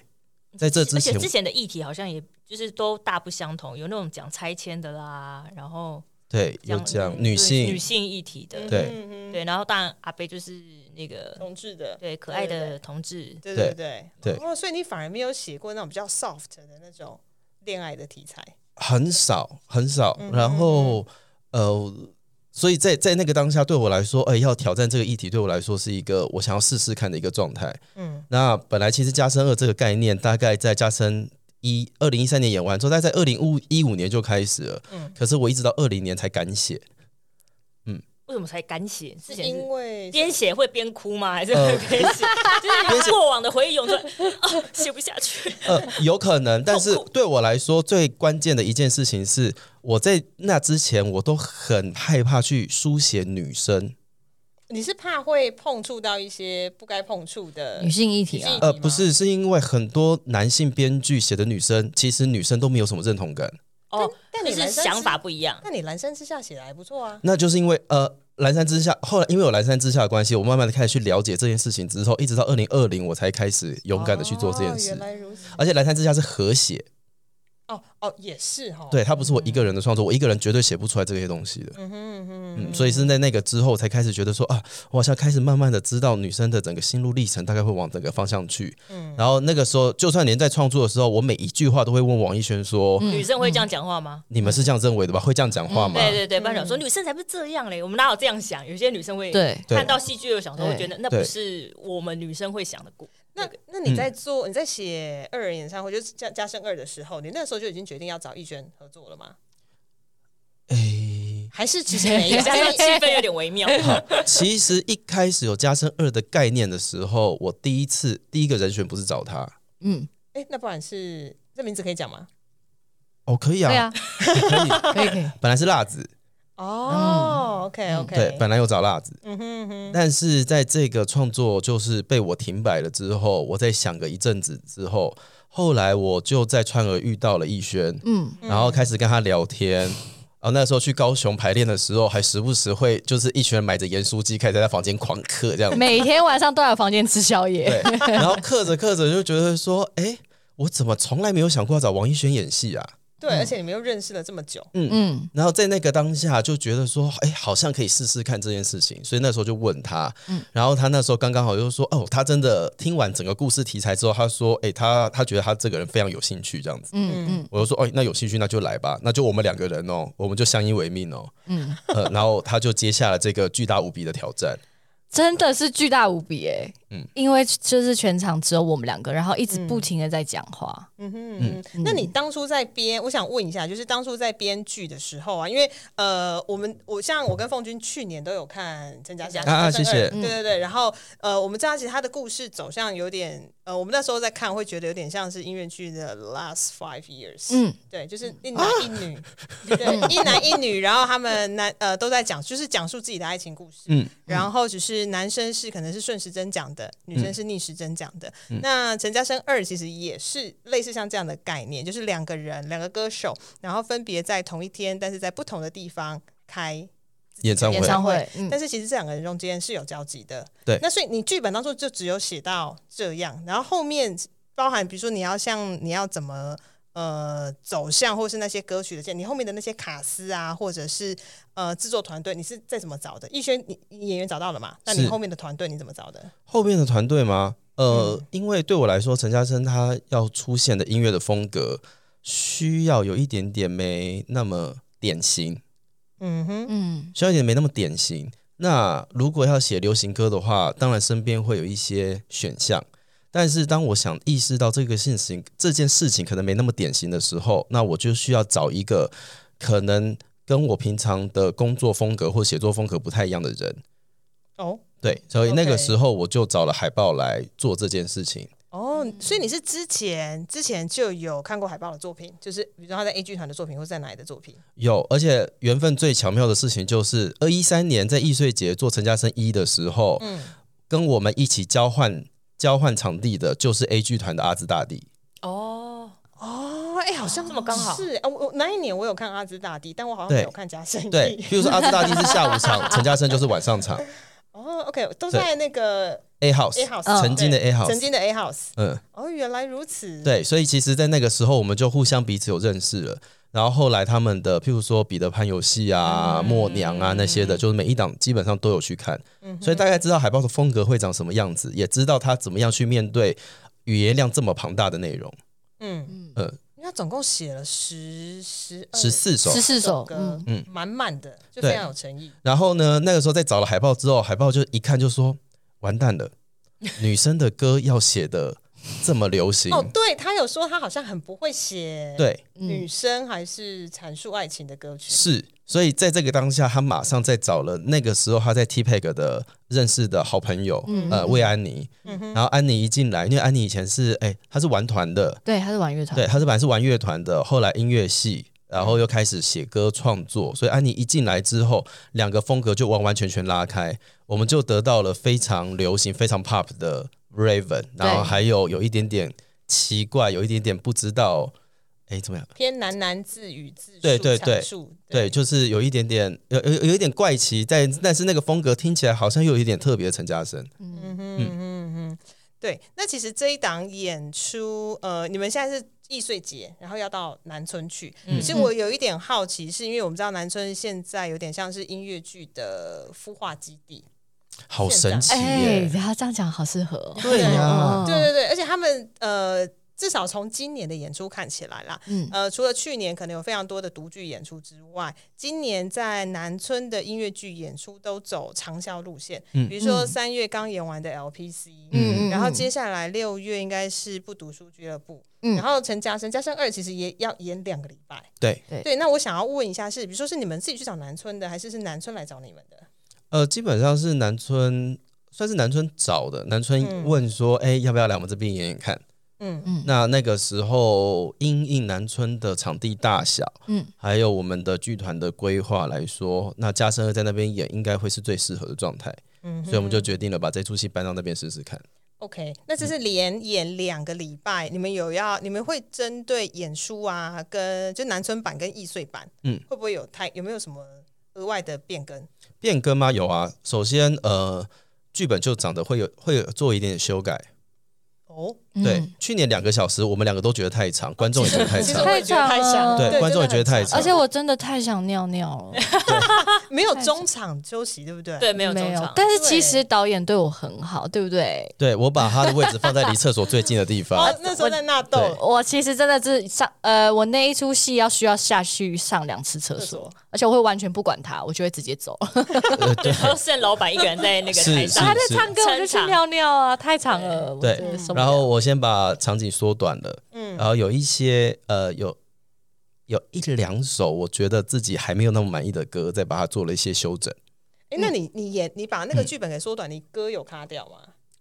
Speaker 3: 在这之
Speaker 1: 而且
Speaker 3: 前
Speaker 1: 之前的议题好像也就是都大不相同，有那种讲拆迁的啦，然后嗯
Speaker 3: 对有讲女性
Speaker 1: 女性议题的，
Speaker 3: 对
Speaker 2: 嗯哼
Speaker 1: 对，然后当然阿贝就是那个
Speaker 2: 同志的，
Speaker 1: 对可爱
Speaker 2: 对对
Speaker 1: 的同志，
Speaker 2: 对
Speaker 3: 对
Speaker 2: 对对
Speaker 3: 对
Speaker 2: 哦，所以你反而没有写过那种比较 soft 的那种恋爱的题材。
Speaker 3: 很少很少，然后呃，所以在在那个当下对我来说，哎、要挑战这个议题对我来说是一个我想要试试看的一个状态。
Speaker 2: 嗯，
Speaker 3: 那本来其实加深二这个概念，大概在加深一二零一三年演完之后，大概在二零五一五年就开始了。
Speaker 2: 嗯
Speaker 3: 可是我一直到二零年才敢写。
Speaker 1: 为什么才敢写？之前是
Speaker 2: 因为
Speaker 1: 边写会边哭吗？还是会
Speaker 3: 呃
Speaker 1: 边写？ 就是过往的回忆 涌出来，哦，写不下去。
Speaker 3: 呃，有可能，但是
Speaker 1: 痛苦
Speaker 3: 对我来说最关键的一件事情是，我在那之前我都很害怕去书写女生，
Speaker 2: 你是怕会碰触到一些不该碰触的
Speaker 4: 女，性议题啊
Speaker 2: 女性，
Speaker 3: 呃，
Speaker 2: 你吗
Speaker 3: 不是，是因为很多男性编剧写的女生，其实女生都没有什么认同感，
Speaker 1: 哦，
Speaker 2: 但
Speaker 1: 就
Speaker 2: 你
Speaker 1: 是
Speaker 2: 男生
Speaker 1: 想法
Speaker 2: 是
Speaker 1: 不一样。
Speaker 2: 但你蓝山之下写的还不错啊。
Speaker 3: 那就是因为呃。蓝山之下，后来因为有蓝山之下的关系，我慢慢的开始去了解这件事情之后，一直到二零二零，我才开始勇敢的去做这件
Speaker 2: 哦
Speaker 3: 事。
Speaker 2: 原来如此。
Speaker 3: 而且蓝山之下是和写，
Speaker 2: 哦哦，也是哈。
Speaker 3: 对，它不是我一个人的创作，我一个人绝对写不出来这些东西的。
Speaker 2: 嗯哼，嗯哼
Speaker 3: 嗯，所以是在那个之后才开始觉得说啊，我好像开始慢慢的知道女生的整个心路历程大概会往整个方向去。嗯，然后那个时候，就算连在创作的时候，我每一句话都会问王一轩说：“
Speaker 1: 女生会
Speaker 3: 嗯
Speaker 1: 这样讲话吗？
Speaker 3: 你们是这样认为的吧？会这样讲话吗？”
Speaker 1: 嗯对对对，不然想
Speaker 2: 嗯
Speaker 1: 说女生才不是这样嘞，我们哪有这样想？有些女生会
Speaker 4: 对
Speaker 3: 对
Speaker 1: 看到戏剧的小时候会觉得那
Speaker 3: 对
Speaker 1: 不是我们女生会想的故。
Speaker 2: 那那你
Speaker 3: 嗯
Speaker 2: 在做你在写二人演唱会，就是加加深二的时候，你那时候就已经决定要找逸轩合作了吗？
Speaker 3: 诶
Speaker 2: 还是其实没有
Speaker 1: 加上气氛有点微妙，
Speaker 3: 其实一开始有加深二的概念的时候，我第一次第一个人选不是找他
Speaker 4: 嗯，
Speaker 2: 哎，那不然是这名字可以讲吗？
Speaker 3: 哦，可以啊，
Speaker 4: 对啊，
Speaker 3: 可以。
Speaker 4: 可以可以，
Speaker 3: 本来是辣子，
Speaker 2: 哦，OK OK，
Speaker 3: 嗯对，本来有找辣子，
Speaker 2: 嗯哼嗯哼，
Speaker 3: 但是在这个创作就是被我停摆了之后，我在想个一阵子之后，后来我就在川儿遇到了逸轩，
Speaker 4: 嗯，
Speaker 3: 然后开始跟他聊天。然后那时候去高雄排练的时候，还时不时会就是一群人买着盐酥鸡，开始在他房间狂嗑这样子。
Speaker 4: 每天晚上都来我房间吃宵夜，
Speaker 3: 对，然后嗑着嗑着就觉得说，哎，我怎么从来没有想过要找王一轩演戏啊？
Speaker 2: 对，而且你们又认识了这么久，
Speaker 4: 嗯，
Speaker 3: 然后在那个当下就觉得说，哎，好像可以试试看这件事情，所以那时候就问他，
Speaker 4: 嗯
Speaker 3: 然后他那时候刚刚好就说，哦，他真的听完整个故事题材之后，他说，哎，他他觉得他这个人非常有兴趣这样子，
Speaker 4: 嗯嗯，
Speaker 3: 我就说，哦，那有兴趣那就来吧，那就我们两个人哦，我们就相依为命哦，嗯，呃，然后他就接下了这个巨大无比的挑战，
Speaker 4: 真的是巨大无比哎，
Speaker 3: 嗯
Speaker 4: 因为就是全场只有我们两个，然后一直不停的在讲话，
Speaker 2: 嗯哼嗯哼，
Speaker 4: 嗯
Speaker 2: 那你当初在编，我想问一下，就是当初在编剧的时候啊，因为呃，我们我像我跟凤君去年都有看陈嘉佳
Speaker 3: 啊啊谢谢
Speaker 4: 嗯
Speaker 2: 对对对，然后呃，我们知道其实他的故事走向有点呃，我们那时候在看会觉得有点像是音乐剧的 Last Five Years，
Speaker 4: 嗯，啊
Speaker 2: 对，就是一男一女，对，一男一女，然后他们男呃都在讲，就是讲述自己的爱情故事，
Speaker 3: 嗯
Speaker 2: 然后只是男生是可能是顺时针讲的，女
Speaker 3: 嗯
Speaker 2: 生是逆时针讲的。那陈嘉生二其实也是类似像这样的概念，就是两个人两个歌手，然后分别在同一天，但是在不同的地方开。
Speaker 3: 演唱会
Speaker 4: 演唱会，嗯
Speaker 2: 但是其实这两个人中间是有交集的。
Speaker 3: 对
Speaker 2: 那所以你剧本当初就只有写到这样，然后后面包含比如说你要像你要怎么呃走向，或是那些歌曲的建，你后面的那些卡司啊，或者是呃制作团队，你是再怎么找的？逸轩，你你演员找到了嘛？那你
Speaker 3: 是
Speaker 2: 后面的团队你怎么找的？
Speaker 3: 后面的团队吗？呃，因为对我来说，陈嘉生他要出现的音乐的风格需要有一点点没那么典型，
Speaker 2: 嗯哼，
Speaker 4: 嗯，
Speaker 3: 萧点没那么典型。那如果要写流行歌的话，当然身边会有一些选项。但是当我想意识到这个事情这件事情可能没那么典型的时候，那我就需要找一个可能跟我平常的工作风格或写作风格不太一样的人。
Speaker 2: 哦
Speaker 3: 对，所以那个
Speaker 2: OK
Speaker 3: 时候我就找了海报来做这件事情。
Speaker 2: 哦，所以你是之前之前就有看过海报的作品，就是比如说他在 A 剧团的作品，或在哪里的作品？
Speaker 3: 有，而且缘分最巧妙的事情就是，二一三年在易碎节做陈嘉生一的时候，
Speaker 2: 嗯
Speaker 3: 跟我们一起交换交换场地的就是 A 剧团的阿兹大帝。
Speaker 1: 哦，
Speaker 2: 哦，哎、好像
Speaker 1: 这么刚好
Speaker 2: 是啊，我我那一年我有看阿兹大帝，但我好像没有看加深
Speaker 3: 对，比如说阿兹大帝是下 午场，陈嘉生就是晚上场。
Speaker 2: 哦，OK，都在那个
Speaker 3: A
Speaker 2: A
Speaker 3: House，
Speaker 2: House，
Speaker 3: 曾经的
Speaker 2: 对
Speaker 3: A House
Speaker 2: 曾经的 A House。
Speaker 3: 嗯，
Speaker 2: 哦，原来如此。，
Speaker 3: 对，所以其实，在那个时候，我们就互相彼此有认识了。然后后来他们的，譬如说彼得潘游戏啊、默娘啊那些的，就是每一档基本上都有去看，所以大概知道海报的风格会长什么样子，也知道他怎么样去面对语言量这么庞大的内容。
Speaker 2: 嗯
Speaker 3: 呃
Speaker 2: 嗯，那总共写了十呃十
Speaker 3: 十四首
Speaker 4: 十，四首
Speaker 2: 首，
Speaker 4: 嗯
Speaker 2: 歌，，
Speaker 3: 嗯
Speaker 2: 满满的，就
Speaker 3: 对
Speaker 2: 非常有诚意。
Speaker 3: 然后呢，那个时候在找了海报之后，海报就一看就说，完蛋了，女生的歌要写的这么流行，
Speaker 2: 哦，对他有说他好像很不会写
Speaker 3: 对，
Speaker 2: 女生还是阐述爱情的歌曲。
Speaker 3: 是，所以在这个当下，他马上在找了那个时候他在 TPEG 的认识的好朋友，呃，魏安妮。然后安妮一进来，因为安妮以前是哎，她是玩团的，
Speaker 4: 对，他是玩乐团，
Speaker 3: 对，她是本来是玩乐团的，后来音乐系，然后又开始写歌创作，所以安妮一进来之后，两个风格就完完全全拉开，我们就得到了非常流行、非常 pop 的 Raven，然后还有有一点点奇怪，有一点点不知道，哎，怎么样？
Speaker 2: 偏喃喃自语自述
Speaker 3: 对对对
Speaker 2: 阐述
Speaker 3: 对，就是有一点点有有有一点怪奇，但但是那个风格听起来好像又有一点特别的陈嘉生。
Speaker 2: 嗯哼嗯哼嗯哼，对。那其实这一档演出，呃，你们现在是易碎节，然后要到南村去。
Speaker 1: 嗯
Speaker 2: 可
Speaker 3: 嗯
Speaker 2: 是我有一点好奇，是因为我们知道南村现在有点像是音乐剧的孵化基地。
Speaker 3: 好神奇
Speaker 4: 哎，
Speaker 3: 耶！
Speaker 4: 他这样讲好适合
Speaker 2: 哎
Speaker 4: 哦，
Speaker 3: 对呀
Speaker 4: 嗯，
Speaker 2: 对对对，而且他们呃，至少从今年的演出看起来啦，
Speaker 4: 嗯
Speaker 2: 呃，除了去年可能有非常多的独剧演出之外，今年在南村的音乐剧演出都走长效路线，
Speaker 3: 嗯
Speaker 2: 比如说
Speaker 4: 嗯
Speaker 2: 三月刚演完的 LPC，
Speaker 4: 嗯嗯
Speaker 2: 然后接下来六月应该是不读书俱乐部，
Speaker 4: 嗯
Speaker 2: 然后陈嘉生，嘉生二其实也要演两个礼拜。
Speaker 3: 对，
Speaker 4: 对
Speaker 2: 对，那我想要问一下是，比如说是你们自己去找南村的，还是是南村来找你们的？
Speaker 3: 呃，基本上是南村，算是南村找的。南村
Speaker 2: 嗯
Speaker 3: 问说：“哎、要不要来我们这边演演看
Speaker 2: 嗯？”
Speaker 3: 那那个时候，因应南村的场地大小，
Speaker 4: 嗯
Speaker 3: 嗯，还有我们的剧团的规划来说，那嘉生二在那边演应该会是最适合的状态，
Speaker 2: 嗯哼，
Speaker 3: 所以我们就决定了把这出戏搬到那边试试看。
Speaker 2: OK，那这是连演两个礼拜，你们有要你们会针对演出啊，跟就南村版跟易碎版，
Speaker 3: 嗯
Speaker 2: 会不会有太有没有什么额外的变更？
Speaker 3: 变更吗？有啊。首先，呃，剧本就长得会有会有做一点点修改。
Speaker 2: 哦，
Speaker 4: 嗯
Speaker 3: 对，去年两个小时，我们两个都觉得太长，观众也觉得太
Speaker 2: 其实
Speaker 3: 长
Speaker 2: 我。也觉得太长，
Speaker 3: 对观众也觉得太
Speaker 2: 真的很
Speaker 3: 长
Speaker 4: 而且我真的太想尿尿了，
Speaker 2: 没有中场休息，对不对？，
Speaker 1: 对，没有
Speaker 4: 没
Speaker 1: 中
Speaker 4: 有
Speaker 1: 场。。
Speaker 4: 但是其实导演对我很好，对不对？
Speaker 3: 对我把他的位置放在离厕所最近的地方
Speaker 2: 哦，，那时候在纳
Speaker 3: 对
Speaker 2: 豆，
Speaker 4: 我其实真的是上呃，我那一出戏要需要下去上两次厕
Speaker 2: 厕
Speaker 4: 所
Speaker 2: 所，
Speaker 4: 而且我会完全不管他，我就会直接走。
Speaker 2: 哦
Speaker 3: 呃 对，
Speaker 1: 然后剩老板一个人在那个
Speaker 3: 是
Speaker 1: 台上
Speaker 3: 是
Speaker 4: 他在唱歌，我就去尿尿啊，太长了。
Speaker 3: 对
Speaker 4: 我真的受不了
Speaker 3: 然后我先把场景缩短了，
Speaker 2: 嗯
Speaker 3: 然后有一些呃有有一两首我觉得自己还没有那么满意的歌，再把它做了一些修整。
Speaker 2: 哎，那
Speaker 3: 嗯
Speaker 2: 你你演你把那个剧本给缩短，你歌有卡掉吗？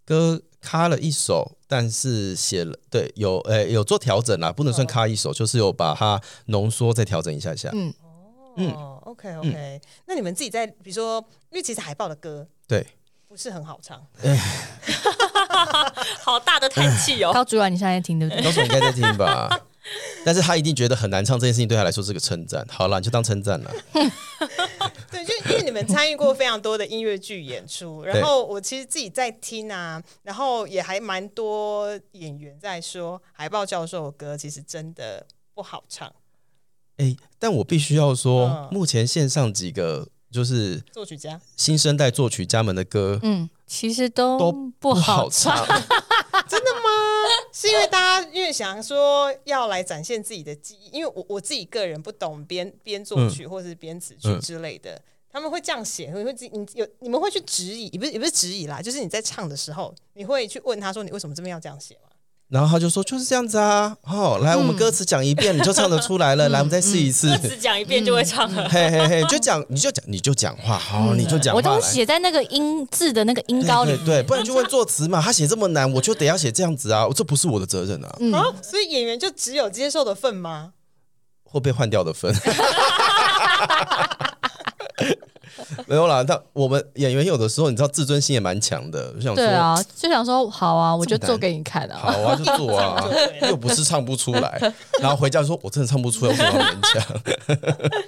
Speaker 3: 歌卡了一首，但是写了对有呃、有做调整啦，
Speaker 2: 嗯
Speaker 3: 不能算卡一首，就是有把它浓缩再调整一下下。
Speaker 4: 嗯，
Speaker 3: 嗯
Speaker 2: 哦，OK OK，那你们自己在比如说，因为其实海报的歌
Speaker 3: 对，
Speaker 2: 不是很好唱，
Speaker 1: 好大的叹气 哦。
Speaker 4: 高主管，你现在听对不对？
Speaker 3: 高手应该在听吧？但是他一定觉得很难唱这件事情，对他来说是个称赞。好啦，你就当称赞了。
Speaker 2: 对，就因为你们参与过非常多的音乐剧演出，然后我其实自己在听啊，然后也还蛮多演员在说，海豹教授的歌其实真的不好唱，
Speaker 3: 哎、但我必须要说，
Speaker 2: 嗯
Speaker 3: 目前线上几个就是
Speaker 2: 作曲家
Speaker 3: 新生代作曲家们的歌
Speaker 4: 嗯，其实都
Speaker 3: 都
Speaker 4: 嗯不
Speaker 3: 好
Speaker 4: 好唱。
Speaker 3: 唱，
Speaker 2: 是因为为大家越想说要来展现自己的技艺，因为我我自己个人不懂编编作曲或者是编词曲
Speaker 3: 嗯
Speaker 2: 之类的，他们会这样写，你会自己你有你们会去质疑，也不是也不是质疑啦，就是你在唱的时候，你会去问他说你为什么这边要这样写吗？
Speaker 3: 然后他就说就是这样子啊，好、来
Speaker 4: 嗯
Speaker 3: 我们歌词讲一遍，你就唱得出来了，来我们再试一次，
Speaker 1: 只讲一遍就会唱
Speaker 2: 嗯
Speaker 1: 了。
Speaker 3: 嘿嘿嘿，就讲你就讲你就讲话，好、你就讲话
Speaker 4: 嗯
Speaker 3: 哎
Speaker 4: 我
Speaker 3: 来，
Speaker 4: 都写在那个音字的那个音高里
Speaker 3: 对对对，不然就问作词嘛，他写这么难，我就得要写这样子啊，这不是我的责任啊，
Speaker 4: 嗯
Speaker 2: 啊，所以演员就只有接受的份吗？
Speaker 3: 会被换掉的分。 没有啦，但我们演员有的时候，你知道自尊心也蛮强的，就想说，
Speaker 4: 对啊，就想说好啊，我就
Speaker 3: 这么
Speaker 4: 做
Speaker 3: 难
Speaker 4: 给你看啊
Speaker 3: 好。啊，就做啊，又不是唱不出来，然后回家说，我真的唱不出来，我怎么要勉强？嗯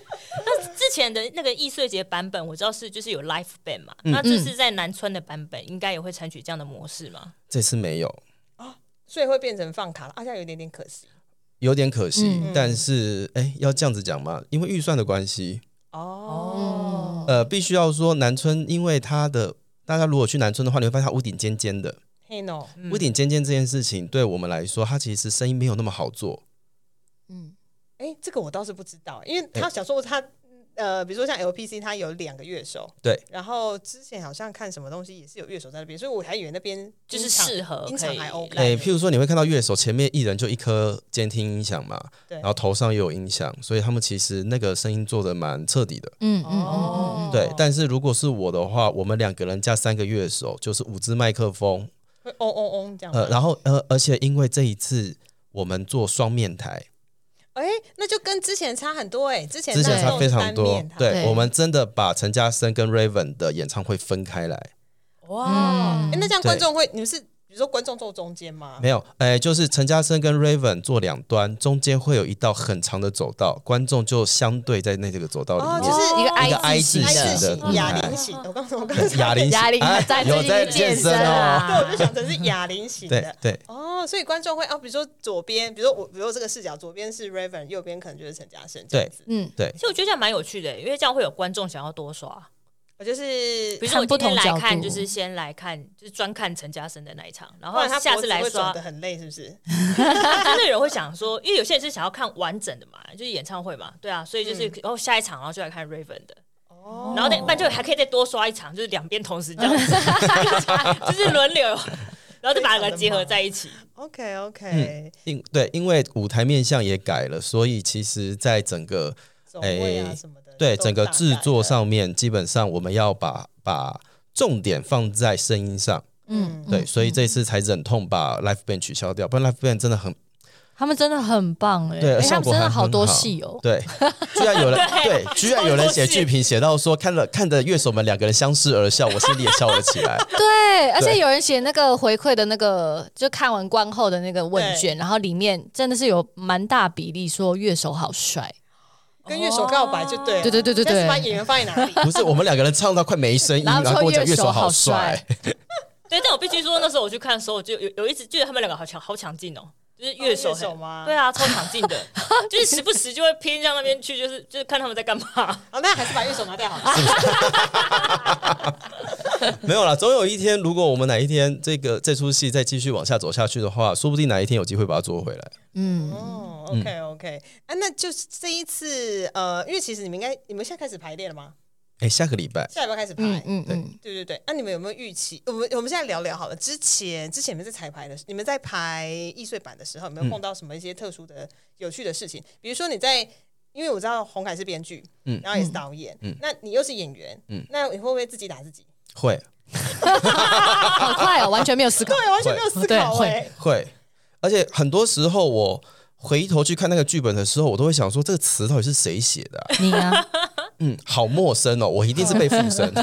Speaker 1: 之前的那个易碎节版本，我知道是就是有 l i f e band 嘛，
Speaker 3: 嗯
Speaker 1: 那这次在南村的版本应该也会采取这样的模式嘛？
Speaker 3: 这次没有，
Speaker 2: 所以会变成放卡了，啊，现在有点点可惜
Speaker 3: 有点可惜，但是哎，要这样子讲嘛，因为预算的关系，
Speaker 4: 嗯
Speaker 2: 哦。
Speaker 3: 呃，必须要说南村，因为它的大家如果去南村的话，你会发现它屋顶尖尖的，
Speaker 2: 嘿 no，嗯
Speaker 3: 屋顶尖尖这件事情对我们来说，它其实声音没有那么好做。
Speaker 4: 嗯，
Speaker 2: 哎，这个我倒是不知道，因为他想说他。呃，比如说像 LPC，他有两个乐手，
Speaker 3: 对，
Speaker 2: 然后之前好像看什么东西也是有乐手在那边，所以我还以为那边
Speaker 1: 就是
Speaker 2: 音场
Speaker 1: 适合
Speaker 2: 音场
Speaker 1: 可以
Speaker 2: 还 OK。
Speaker 3: 哎、譬如说你会看到乐手前面一人就一颗监听音响嘛，
Speaker 2: 对
Speaker 3: 然后头上也有音响，所以他们其实那个声音做的蛮彻底的。
Speaker 4: 嗯嗯嗯
Speaker 2: 哦，
Speaker 3: 对，但是如果是我的话，我们两个人加三个乐手，就是五支麦克风，
Speaker 2: 会嗡嗡嗡这样吗。
Speaker 3: 呃，然后呃，而且因为这一次我们做双面台，
Speaker 2: 哎、那就跟之前差很多哎、之前
Speaker 3: 之前
Speaker 2: 那
Speaker 3: 差
Speaker 2: 都
Speaker 3: 非
Speaker 2: 是
Speaker 3: 常
Speaker 2: 单
Speaker 3: 多
Speaker 2: 面台，
Speaker 3: 对
Speaker 4: 对
Speaker 3: 我们真的把陈嘉生跟 Raven 的演唱会分开来。
Speaker 2: 嗯
Speaker 1: 哇，
Speaker 2: 哎、那这样
Speaker 3: 对
Speaker 2: 观众会，你们是比如说观众坐中间吗？
Speaker 3: 没有，哎、就是陈嘉生跟 Raven 坐两端，中间会有一道很长的走道，观众就相对在那这个走道里面。
Speaker 2: 哦，就是
Speaker 4: 一个
Speaker 3: 一个
Speaker 4: I
Speaker 3: I
Speaker 4: 字
Speaker 3: 字
Speaker 2: 还
Speaker 3: 形
Speaker 4: 的
Speaker 2: 是
Speaker 3: 的
Speaker 2: 型
Speaker 3: 舞
Speaker 2: 哑
Speaker 3: 台
Speaker 2: 铃型，我刚才我刚 才
Speaker 3: 哑铃
Speaker 4: 哑铃
Speaker 3: 哎
Speaker 4: 在
Speaker 3: 有
Speaker 4: 最
Speaker 3: 在
Speaker 4: 近
Speaker 3: 健
Speaker 4: 健
Speaker 3: 身哦，
Speaker 2: 对，我
Speaker 4: 啊
Speaker 2: 就，想成是哑铃型
Speaker 3: 对
Speaker 2: 的。
Speaker 3: 对
Speaker 2: 哦，所以观众会哦，比如说左边，比如说我，比如说这个视角，左边是 Raven，右边可能就是陈嘉生这样子。
Speaker 4: 嗯，
Speaker 3: 对
Speaker 1: 其，实我觉得这样蛮有趣的，欸因为这样会有观众想要多刷。
Speaker 2: 我就是
Speaker 1: 比如说我
Speaker 4: 看不
Speaker 1: 今天
Speaker 4: 同
Speaker 1: 来
Speaker 4: 角
Speaker 1: 看，
Speaker 4: 度
Speaker 1: 就是先来看，就是专看陈嘉生的那一场，然
Speaker 2: 不
Speaker 1: 后
Speaker 2: 然他
Speaker 1: 哦下次来刷
Speaker 2: 的，很累，是不是？
Speaker 1: 真的有人会想说，因为有些人是想要看完整的嘛，就是演唱会嘛，对啊，所以
Speaker 2: 嗯
Speaker 1: 就是、然后下一场然后就来看 Raven 的。
Speaker 2: 哦
Speaker 1: 然后那不然就还可以再多刷一场，就是两边同时这样 子， 就是轮流，然后再把两个结合在 一起。
Speaker 2: OK OK，、
Speaker 3: 因对，因为舞台面向也改了，所以其实，在整个
Speaker 2: 走位啊
Speaker 3: 哎
Speaker 2: 什么的，
Speaker 3: 对
Speaker 2: 都
Speaker 3: 整个
Speaker 2: 大
Speaker 3: 制
Speaker 2: 概
Speaker 3: 作
Speaker 2: 了，
Speaker 3: 上面，基本上我们要把把重点放在声音上，
Speaker 4: 嗯，
Speaker 3: 对，所以这次才忍痛把 l i f e band 取消掉，不然 l i f e band 真的很
Speaker 4: 他们真的很棒哎，
Speaker 3: 对，
Speaker 4: 哎他
Speaker 3: 效
Speaker 4: 们
Speaker 3: 果
Speaker 4: 真
Speaker 3: 还
Speaker 4: 的
Speaker 3: 很
Speaker 4: 好多戏哦，
Speaker 3: 对，居然有人对，居然有人
Speaker 1: 超多
Speaker 3: 写
Speaker 1: 戏
Speaker 3: 剧评写到说，看了看着乐手们两个人相视而笑，我心里也笑了起来。
Speaker 4: 对，而且有人写那个回馈的那个，就看完观后的那个问
Speaker 2: 对
Speaker 4: 卷，然后里面真的是有蛮大比例说乐手好帅，
Speaker 2: 跟乐手告白就对了。
Speaker 4: 对对对对对
Speaker 2: 但是把演员放在哪里？
Speaker 3: 不是我们两个人唱到快没声音，
Speaker 4: 然后
Speaker 3: 然后跟我讲
Speaker 4: 说乐手
Speaker 3: 手
Speaker 4: 好
Speaker 3: 帅，
Speaker 1: 对，但我必须说，那时候我去看的时候，我就有有一直觉得他们两个好强，好强劲哦，就是乐手
Speaker 2: 哦乐
Speaker 1: 很、
Speaker 2: 手吗
Speaker 1: 对啊，超强劲的， 就是时不时就会偏向那边去，就是就是看他们在干嘛。
Speaker 2: 啊，那还是把乐手拿掉好了。
Speaker 3: 没有啦，总有一天，如果我们哪一天这个这出戏再继续往下走下去的话，说不定哪一天有机会把它做回来。
Speaker 4: 嗯，
Speaker 2: 哦，OK OK，啊，
Speaker 3: 嗯
Speaker 2: 那就是这一次，呃，因为其实你们应该，你们现在开始排练了吗？
Speaker 3: 哎，下个礼拜
Speaker 2: 下礼拜开始排，
Speaker 4: 嗯嗯嗯，
Speaker 2: 对对对。那、你们有没有预期？我们我们现在聊聊好了。之前之前你们在彩排的时，你们在排易碎版的时候，有没有碰到什么一些特殊的、有趣的事情？比如说你在，因为我知道红凯是编剧，
Speaker 3: 嗯
Speaker 2: 然后也是导演，
Speaker 3: 嗯
Speaker 2: 那你又是演员，
Speaker 3: 嗯
Speaker 2: 那你会不会自己打自己？
Speaker 3: 会
Speaker 4: 好快 哦，完全没有思考。
Speaker 2: 对，完全没有思
Speaker 4: 对
Speaker 2: 考
Speaker 4: 会
Speaker 2: 哎、
Speaker 3: 会，而且很多时候我回头去看那个剧本的时候，我都会想说这个词到底是谁写的、 啊？
Speaker 4: 你啊，
Speaker 3: 嗯，好陌生哦，我一定是被附 身。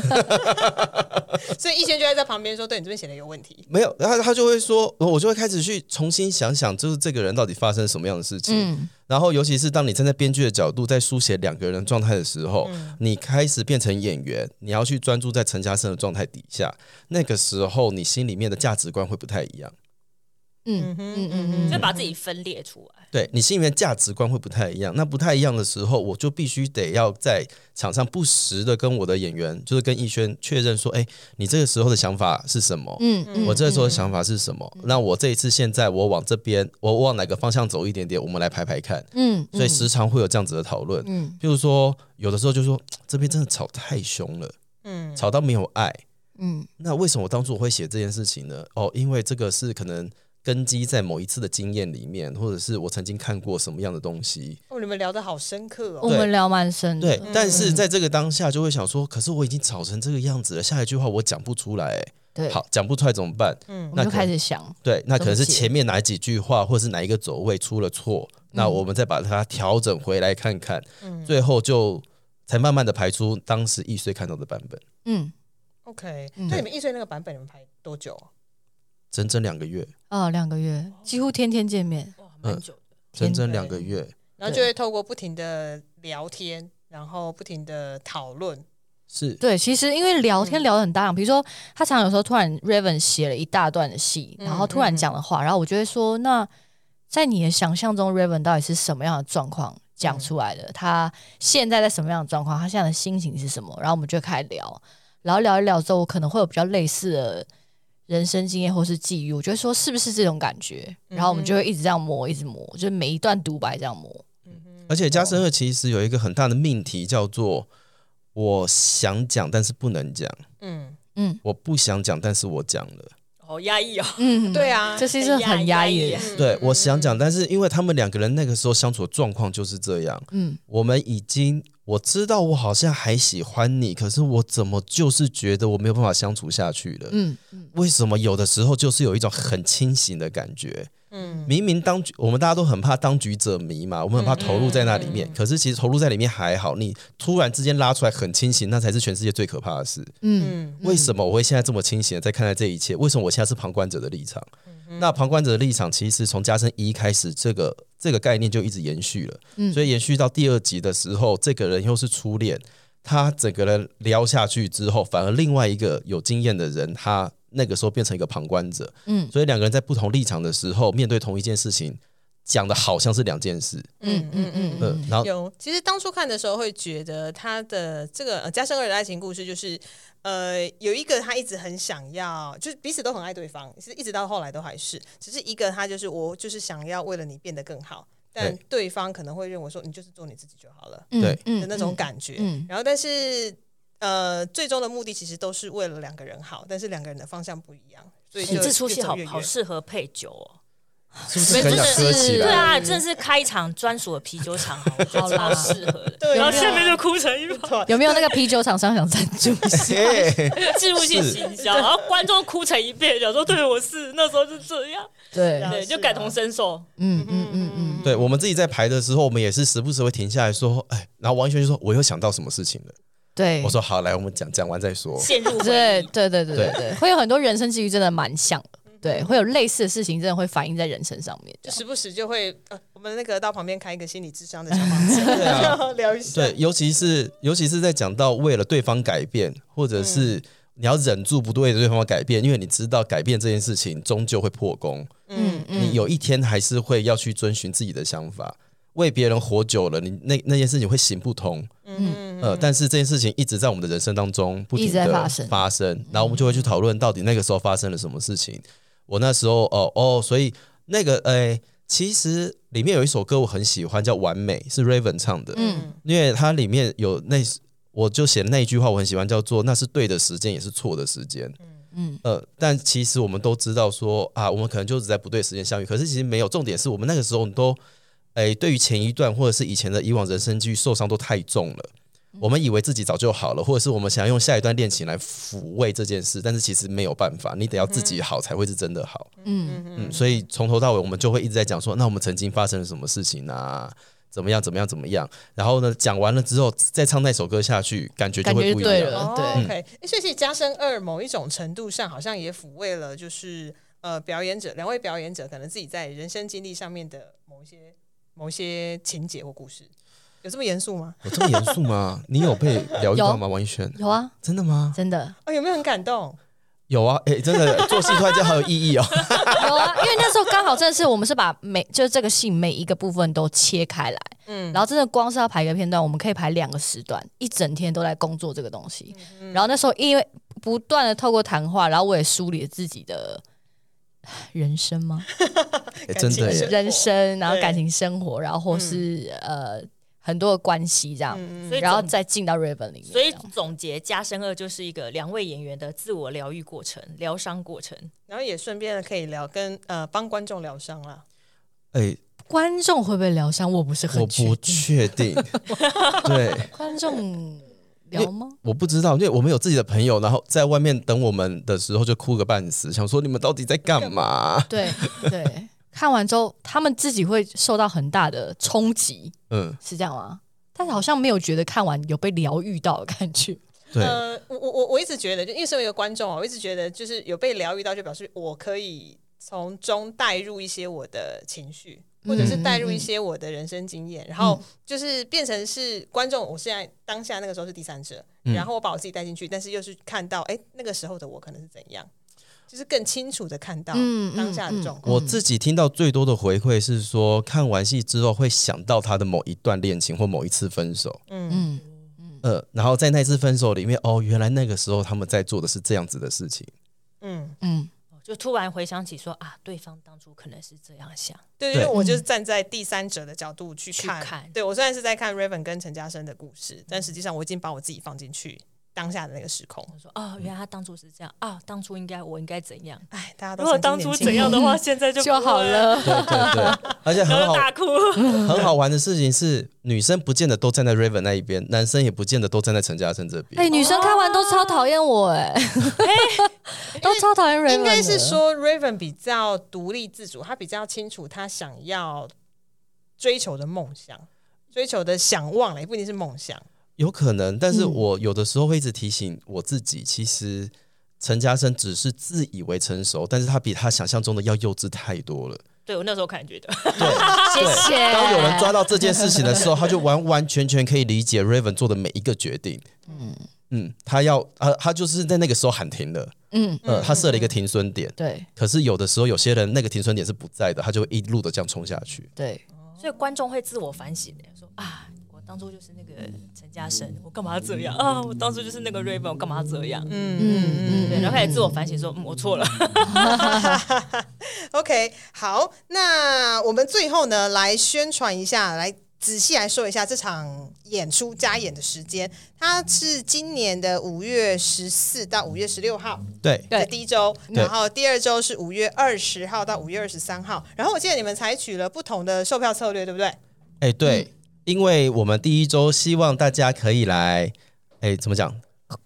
Speaker 2: 所以逸轩就在在旁边说：“对你这边写的有问题。
Speaker 3: 没有，然后他就会说，我我就会开始去重新想想，就是这个人到底发生什么样的事情。
Speaker 4: 嗯，
Speaker 3: 然后，尤其是当你站在编剧的角度在书写两个人的状态的时候，
Speaker 4: 嗯
Speaker 3: 你开始变成演员，你要去专注在陈嘉生的状态底下，那个时候你心里面的价值观会不太一样。
Speaker 4: 嗯嗯嗯
Speaker 1: 就
Speaker 4: 嗯，
Speaker 1: 把自己分裂出来。
Speaker 3: 对你心里面价值观会不太一样，那不太一样的时候，我就必须得要在场上不时的跟我的演员，就是跟逸轩确认说，哎，你这个时候的想法是什么？
Speaker 4: 嗯嗯
Speaker 3: 我这个时候的想法是什么？那我这一次现在我往这边，我往哪个方向走一点点，我们来排排看。
Speaker 4: 嗯，
Speaker 3: 所以时常会有这样子的讨论，
Speaker 4: 嗯
Speaker 3: 譬如说有的时候就说这边真的吵太凶了，
Speaker 2: 嗯
Speaker 3: 吵到没有爱。
Speaker 4: 嗯
Speaker 3: 那为什么我当初我会写这件事情呢？哦，因为这个是可能根基在某一次的经验里面，或者是我曾经看过什么样的东西。
Speaker 2: 哦，你们聊得好深刻
Speaker 4: 我
Speaker 2: 哦。
Speaker 4: 们聊蛮深的，嗯
Speaker 3: 对，但是在这个当下就会想说，可是我已经吵成这个样子了，下一句话我讲不出来、
Speaker 4: 对，
Speaker 3: 好，讲不出来怎么办？
Speaker 2: 嗯
Speaker 4: 我
Speaker 3: 那
Speaker 4: 们就
Speaker 3: 可
Speaker 4: 开始想，
Speaker 3: 对，那可能是
Speaker 4: 怎么解
Speaker 3: 前面哪几句话，或是哪一个走位出了错，那我们再把它调整回来看看，
Speaker 2: 嗯
Speaker 3: 最后就才慢慢的排出当时易碎看到的版本，
Speaker 4: 嗯
Speaker 2: OK，
Speaker 4: 嗯
Speaker 2: 那你们易碎那个版本你们拍多久啊？
Speaker 3: 整整两个月，
Speaker 4: 哦，两个月几乎天天见面，
Speaker 1: 哇，蛮久的。
Speaker 3: 整整
Speaker 2: 哪
Speaker 3: 两个月，
Speaker 2: 然后就会透过不停的聊天，然后不停的讨论。
Speaker 3: 是
Speaker 4: 对，其实因为聊天聊得很大量，比如说他常常有时候突然 Raven 写了一大段的戏，
Speaker 2: 嗯
Speaker 4: 然后突然讲的话，然后我就会说，那在你的想象中，Raven 到底是什么样的状况讲出来的？他现在在什么样的状况？他现在的心情是什么？然后我们就开始聊，然后聊一聊之后，我可能会有比较类似的人生经验或是际遇，我就会说是不是这种感觉？然后我们就会一直这样磨，一直磨，就是每一段独白这样磨。
Speaker 3: 而且加深二其实有一个很大的命题叫做我想讲，但是不能讲，
Speaker 2: 嗯，
Speaker 3: 我不想讲，但是我讲了。
Speaker 1: 好压抑哦，
Speaker 4: 嗯，
Speaker 2: 对啊
Speaker 4: 这是一个很压抑的啊
Speaker 1: 很压抑，
Speaker 3: 对，我想讲，但是因为他们两个人那个时候相处的状况就是这样，
Speaker 4: 嗯
Speaker 3: 我们已经我知道我好像还喜欢你，可是我怎么就是觉得我没有办法相处下去了？
Speaker 4: 嗯
Speaker 3: 为什么有的时候就是有一种很清醒的感觉？
Speaker 2: 嗯
Speaker 3: 明明当局我们大家都很怕当局者迷嘛，我们很怕投入在那里面，可是其实投入在里面还好，你突然之间拉出来很清醒，那才是全世界最可怕的事。
Speaker 4: 嗯
Speaker 2: 嗯
Speaker 3: 为什么我会现在这么清醒的在看待这一切？为什么我现在是旁观者的立场？那旁观者的立场其实从加深一开始，这个这个概念就一直延续了。
Speaker 4: 嗯
Speaker 3: 所以延续到第二集的时候，这个人又是初恋，他整个人聊下去之后，反而另外一个有经验的人，他那个时候变成一个旁观者。
Speaker 4: 嗯
Speaker 3: 所以两个人在不同立场的时候，面对同一件事情，讲的好像是两件事。
Speaker 4: 嗯嗯嗯
Speaker 3: 嗯，然后
Speaker 2: 有，其实当初看的时候会觉得他的这个呃加深二人的爱情故事，就是呃有一个他一直很想要，就是彼此都很爱对方，其实一直到后来都还是，只是一个他就是我就是想要为了你变得更好，但
Speaker 3: 对
Speaker 2: 对方可能会认为说你就是做你自己就好了
Speaker 4: 嗯，
Speaker 3: 对
Speaker 4: 嗯
Speaker 2: 的那种感觉。
Speaker 4: 嗯嗯
Speaker 2: 然后但是呃最终的目的其实都是为了两个人好，但是两个人的方向不一样，所以
Speaker 1: 你
Speaker 2: 就
Speaker 1: 这出戏
Speaker 2: 越走
Speaker 1: 好
Speaker 2: 越
Speaker 1: 好
Speaker 2: 远
Speaker 1: 适合配酒哦。
Speaker 3: 是不是很想喝起
Speaker 1: 对
Speaker 3: 来？
Speaker 1: 啊，真的是开一场专属的啤酒厂， 我觉得
Speaker 4: 好啦
Speaker 1: 超适合的。
Speaker 2: 对啊
Speaker 1: 然
Speaker 2: 有
Speaker 1: 后
Speaker 2: 没有
Speaker 1: 下面就哭成一团，
Speaker 4: 有没有那个啤酒厂商想赞助？
Speaker 3: 嘿
Speaker 1: 植入性行销，然后观众哭成一片，想说对我是那时候是这样，
Speaker 4: 对
Speaker 2: 啊
Speaker 1: 对，
Speaker 2: 是啊
Speaker 1: 就感同身受。
Speaker 4: 嗯嗯嗯嗯，
Speaker 3: 对我们自己在排的时候，我们也是时不时会停下来说，哎，然后王一轩就说我又想到什么事情了。
Speaker 4: 对，
Speaker 3: 我说好，来我们讲，讲完再
Speaker 4: 哦
Speaker 3: 说。
Speaker 1: 陷入
Speaker 4: 对
Speaker 1: 回忆，
Speaker 4: 对对对对
Speaker 3: 对
Speaker 4: 对，会有很多人生际遇真的蛮像的，对，会有类似的事情真的会反映在人身上面，
Speaker 2: 就
Speaker 4: 这样
Speaker 2: 时不时就会，呃，我们那个到旁边开一个心理智商的小 房间，
Speaker 4: 啊
Speaker 2: 然后聊一下。
Speaker 3: 对，尤其是尤其是在讲到为了对方改变，或者
Speaker 4: 嗯
Speaker 3: 是你要忍住不对对方的改变，因为你知道改变这件事情终究会破功，
Speaker 4: 嗯
Speaker 3: 你有一天还是会要去遵循自己的想法。为别人活久了，你那那件事情会行不通，
Speaker 2: 嗯，
Speaker 3: 呃，但是这件事情一直在我们的人生当中不停
Speaker 4: 一直在
Speaker 3: 地
Speaker 4: 发生嗯
Speaker 3: 发生，然后我们就会去讨论到底那个时候发生了什么事情。我那时候哦哦，所以那个诶，其实里面有一首歌我很喜欢，叫《完美》，是 Raven 唱的，
Speaker 4: 嗯
Speaker 3: 因为它里面有那，我就写那一句话，我很喜欢，叫做“那是对的时间，也是错的时间”。
Speaker 4: 嗯
Speaker 3: 呃，但其实我们都知道说啊，我们可能就只在不对时间相遇，可是其实没有。重点是我们那个时候，你都哎，对于前一段或者是以前的以往人生剧受伤都太重了。我们以为自己早就好了，或者是我们想用下一段恋情来抚慰这件事，但是其实没有办法，你得要自己好才会是真的好。
Speaker 4: 嗯
Speaker 3: 嗯，所以从头到尾我们就会一直在讲说，那我们曾经发生了什么事情啊？怎么样？怎么样？怎么样？然后呢，讲完了之后再唱那首歌下去，感觉就会不一
Speaker 4: 感
Speaker 3: 样
Speaker 4: 觉就对了
Speaker 2: 哦，OK，诶所以其实加深二某一种程度上好像也抚慰了，就是呃，表演者两位表演者可能自己在人生经历上面的某一些某一些情节或故事，有这么严肃吗？
Speaker 3: 有哦这么严肃吗？你有被疗愈到吗？王一轩，
Speaker 4: 有啊，
Speaker 3: 真的吗？
Speaker 4: 真的，
Speaker 2: 哦，有没有很感动？
Speaker 3: 有啊，哎、真的做戏突然间好有意义哦。
Speaker 4: 有啊，因为那时候刚好真的是我们是把每就是这个戏每一个部分都切开来，嗯，然后真的光是要排一个片段，我们可以排两个时段，一整天都在工作这个东西。然后那时候因为不断的透过谈话，然后我也梳理了自己的人生吗？
Speaker 3: 哎真的耶
Speaker 2: 生活
Speaker 4: 人生，然后
Speaker 2: 对
Speaker 4: 感情生活，然后或是、呃很多的关系这样，
Speaker 1: 所以
Speaker 4: 然后
Speaker 1: 总
Speaker 4: 再进到 Raven 里面这
Speaker 1: 所以
Speaker 4: 样。
Speaker 1: 总结加深二就是一个两位演员的自我疗愈过程、疗伤过程。
Speaker 2: 然后也顺便可以聊跟呃帮观众疗伤啦。
Speaker 3: 哎、
Speaker 4: 观众会不会疗伤？我不是很
Speaker 3: 我不
Speaker 4: 确定
Speaker 3: 确定，对，
Speaker 4: 观众聊吗？
Speaker 3: 我不知道，因为我们有自己的朋友，然后在外面等我们的时候就哭个半死，想说你们到底在干嘛？
Speaker 4: 对对，看完之后他们自己会受到很大的冲击，
Speaker 3: 嗯，
Speaker 4: 是这样吗？但是好像没有觉得看完有被疗愈到的感觉。
Speaker 3: 对，
Speaker 2: 呃，我我我我一直觉得，就因为身为一个观众啊，我一直觉得就是有被疗愈到，就表示我可以从中带入一些我的情绪，或者是
Speaker 4: 嗯
Speaker 2: 带入一些我的人生经验，然后就是变成是观众。我现在当下那个时候是第三者，
Speaker 3: 嗯
Speaker 2: 然后我把我自己带进去，但是又是看到，哎、那个时候的我可能是怎样，就是更清楚的看到
Speaker 4: 嗯嗯
Speaker 2: 当下的状况。
Speaker 3: 我自己听到最多的回馈是说，看完戏之后会想到他的某一段恋情或某一次分手，
Speaker 2: 嗯
Speaker 4: 嗯，
Speaker 3: 呃，然后在那次分手里面，哦，原来那个时候他们在做的是这样子的事情，
Speaker 2: 嗯，
Speaker 4: 嗯，
Speaker 1: 哦就突然回想起说啊，对方当初可能是这样想，
Speaker 2: 对，因
Speaker 3: 对
Speaker 2: 为我就是站在第三者的角度去
Speaker 1: 嗯去
Speaker 2: 看。
Speaker 1: 看
Speaker 2: 对我虽然是在看 Raven 跟陈嘉生的故事，但实际上我已经把我自己放进去当下的那个时空。
Speaker 1: 我说哦，原来他当初是这样啊，当初应该我应该怎样？
Speaker 2: 哎，大家都
Speaker 1: 如果
Speaker 2: 曾经
Speaker 1: 当
Speaker 2: 年
Speaker 1: 初
Speaker 2: 轻
Speaker 1: 怎样
Speaker 2: 过
Speaker 1: 的话，现 在就
Speaker 4: 嗯就啊
Speaker 1: 不会
Speaker 4: 好，了。
Speaker 3: 对对对，而且很
Speaker 1: 然
Speaker 3: 好
Speaker 1: 后大哭。
Speaker 3: 很好玩的事情是，女生不见得都站在 Raven 那一边，男生也不见得都站在陈嘉生这边。
Speaker 4: 哎、女生看完都超讨厌我、哎， 都超讨厌 Raven 的。
Speaker 2: 应该是说 Raven 比较独立自主，他比较清楚他想要追求的梦想、追求的想望了，也不一定是梦想。
Speaker 3: 有可能，但是我有的时候会一直提醒我自己，其实陈嘉生只是自以为成熟，但是他比他想象中的要幼稚太多了。
Speaker 1: 对我那时候看觉得，
Speaker 4: 谢谢。
Speaker 3: 当有人抓到这件事情的时候，他就完完全全可以理解 Raven 做的每一个决定。嗯嗯，他要他他就是在那个时候喊停了，
Speaker 4: 嗯，
Speaker 3: 呃，他设了一个停损点。
Speaker 4: 对
Speaker 3: 可是有的时候，有些人那个停损点是不在的，他就会一路的这样冲下去。
Speaker 4: 对，
Speaker 1: 所以观众会自我反省的，说啊，我当初就是那个陈嘉生，我干嘛这样啊？我当初就是那个 Raven，我干嘛这样？嗯，
Speaker 4: 嗯
Speaker 1: 对，然后开始自我反省说，嗯，我错了。
Speaker 2: OK，好，那我们最后呢，来宣传一下，来仔细来说一下这场演出加演的时间，它是今年的五月十四到五月十六号。
Speaker 3: 对，
Speaker 2: 的第一周，然
Speaker 3: 对
Speaker 2: 后第二周是五月二十号到五月二十三号。然后我记得你们采取了不同的售票策略，对不对？
Speaker 3: 哎，对，因为我们第一周希望大家可以来，哎，怎么讲？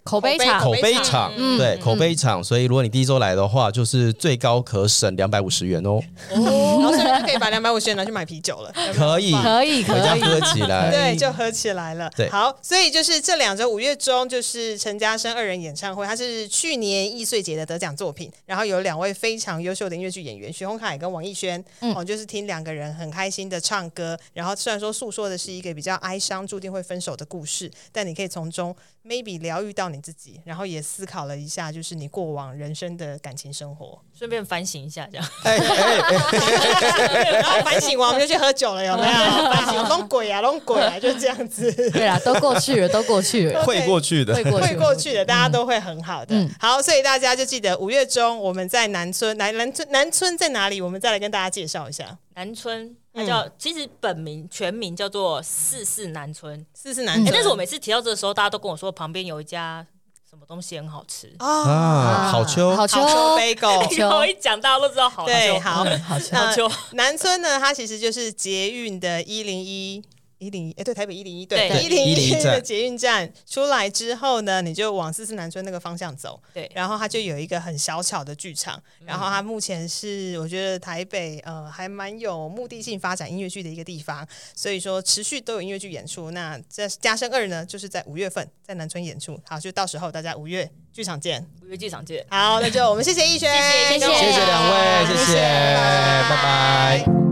Speaker 4: 口碑
Speaker 2: 口碑
Speaker 4: 场
Speaker 3: 口碑
Speaker 2: 场
Speaker 3: 场，
Speaker 4: 嗯
Speaker 3: 对，
Speaker 4: 嗯
Speaker 3: 口碑场。所以如果你第一周来的话，就是最高可省两百五十元哦，
Speaker 2: 哦，然后顺便就可以把两百五十元拿去买啤酒了。
Speaker 3: 可以
Speaker 4: 可以
Speaker 3: 回
Speaker 4: 可
Speaker 3: 家
Speaker 4: 以，
Speaker 3: 喝起来。
Speaker 2: 对，就合起来了。
Speaker 3: 哎对
Speaker 2: 好，所以就是这两周，五月中就是陈嘉生二人演唱会，它是去年易碎节的得奖作品，然后有两位非常优秀的音乐剧演员徐宏凯跟王艺轩，哦，就是听两个人很开心的唱歌，然后虽然说诉说的是一个比较哀伤、注定会分手的故事，但你可以从中 maybe 疗愈到你自己，然后也思考了一下，就是你过往人生的感情生活，
Speaker 1: 顺便反省一下，这样
Speaker 3: 哎哎哎，
Speaker 2: 然后反省完我们就去喝酒了，有没有？反省弄鬼啊，弄鬼啊，就这样子。
Speaker 4: 对啦，都过去了，都过去了，
Speaker 3: 会过去
Speaker 4: 会
Speaker 3: 的。
Speaker 4: 过去，
Speaker 2: 会过去的，大家都会很好的。
Speaker 4: 嗯
Speaker 2: 好，所以大家就记得五月中我们在南村，南南村南村在哪里？我们再来跟大家介绍一下。
Speaker 1: 南村。它叫、其实本名全名叫做四四南村，
Speaker 2: 四四南
Speaker 1: 哎、
Speaker 2: 村，
Speaker 1: 但是我每次提到这个时候，大家都跟我说旁边有一家什么东西很好吃，
Speaker 2: 啊，
Speaker 3: 啊，好秋，
Speaker 4: 好
Speaker 2: 好
Speaker 4: 秋，
Speaker 2: 杯狗，
Speaker 4: 好 秋
Speaker 1: 我一讲大家都知道好
Speaker 2: 对，
Speaker 1: 就
Speaker 2: 好，呃
Speaker 4: 好秋，
Speaker 2: 那
Speaker 1: 好就
Speaker 2: 南村呢，它其实就是捷运的一零一。一零一，哎，对，台北一零一，对，
Speaker 1: 对
Speaker 2: 一零一
Speaker 3: 101
Speaker 2: 的
Speaker 3: 站
Speaker 2: 捷运站出来之后呢，你就往四四南村那个方向走，
Speaker 1: 对
Speaker 2: 然后它就有一个很小巧的剧场，然后它目前是我觉得台北呃还蛮有目的性发展音乐剧的一个地方，所以说持续都有音乐剧演出。那这加深二呢，就是在五月份在南村演出，好，就到时候大家五月剧场见。
Speaker 1: 五月剧场见。
Speaker 2: 好，那就我们谢谢逸轩，
Speaker 1: 谢谢谢谢
Speaker 2: 跟我们
Speaker 3: 谢谢两位，谢谢，拜拜。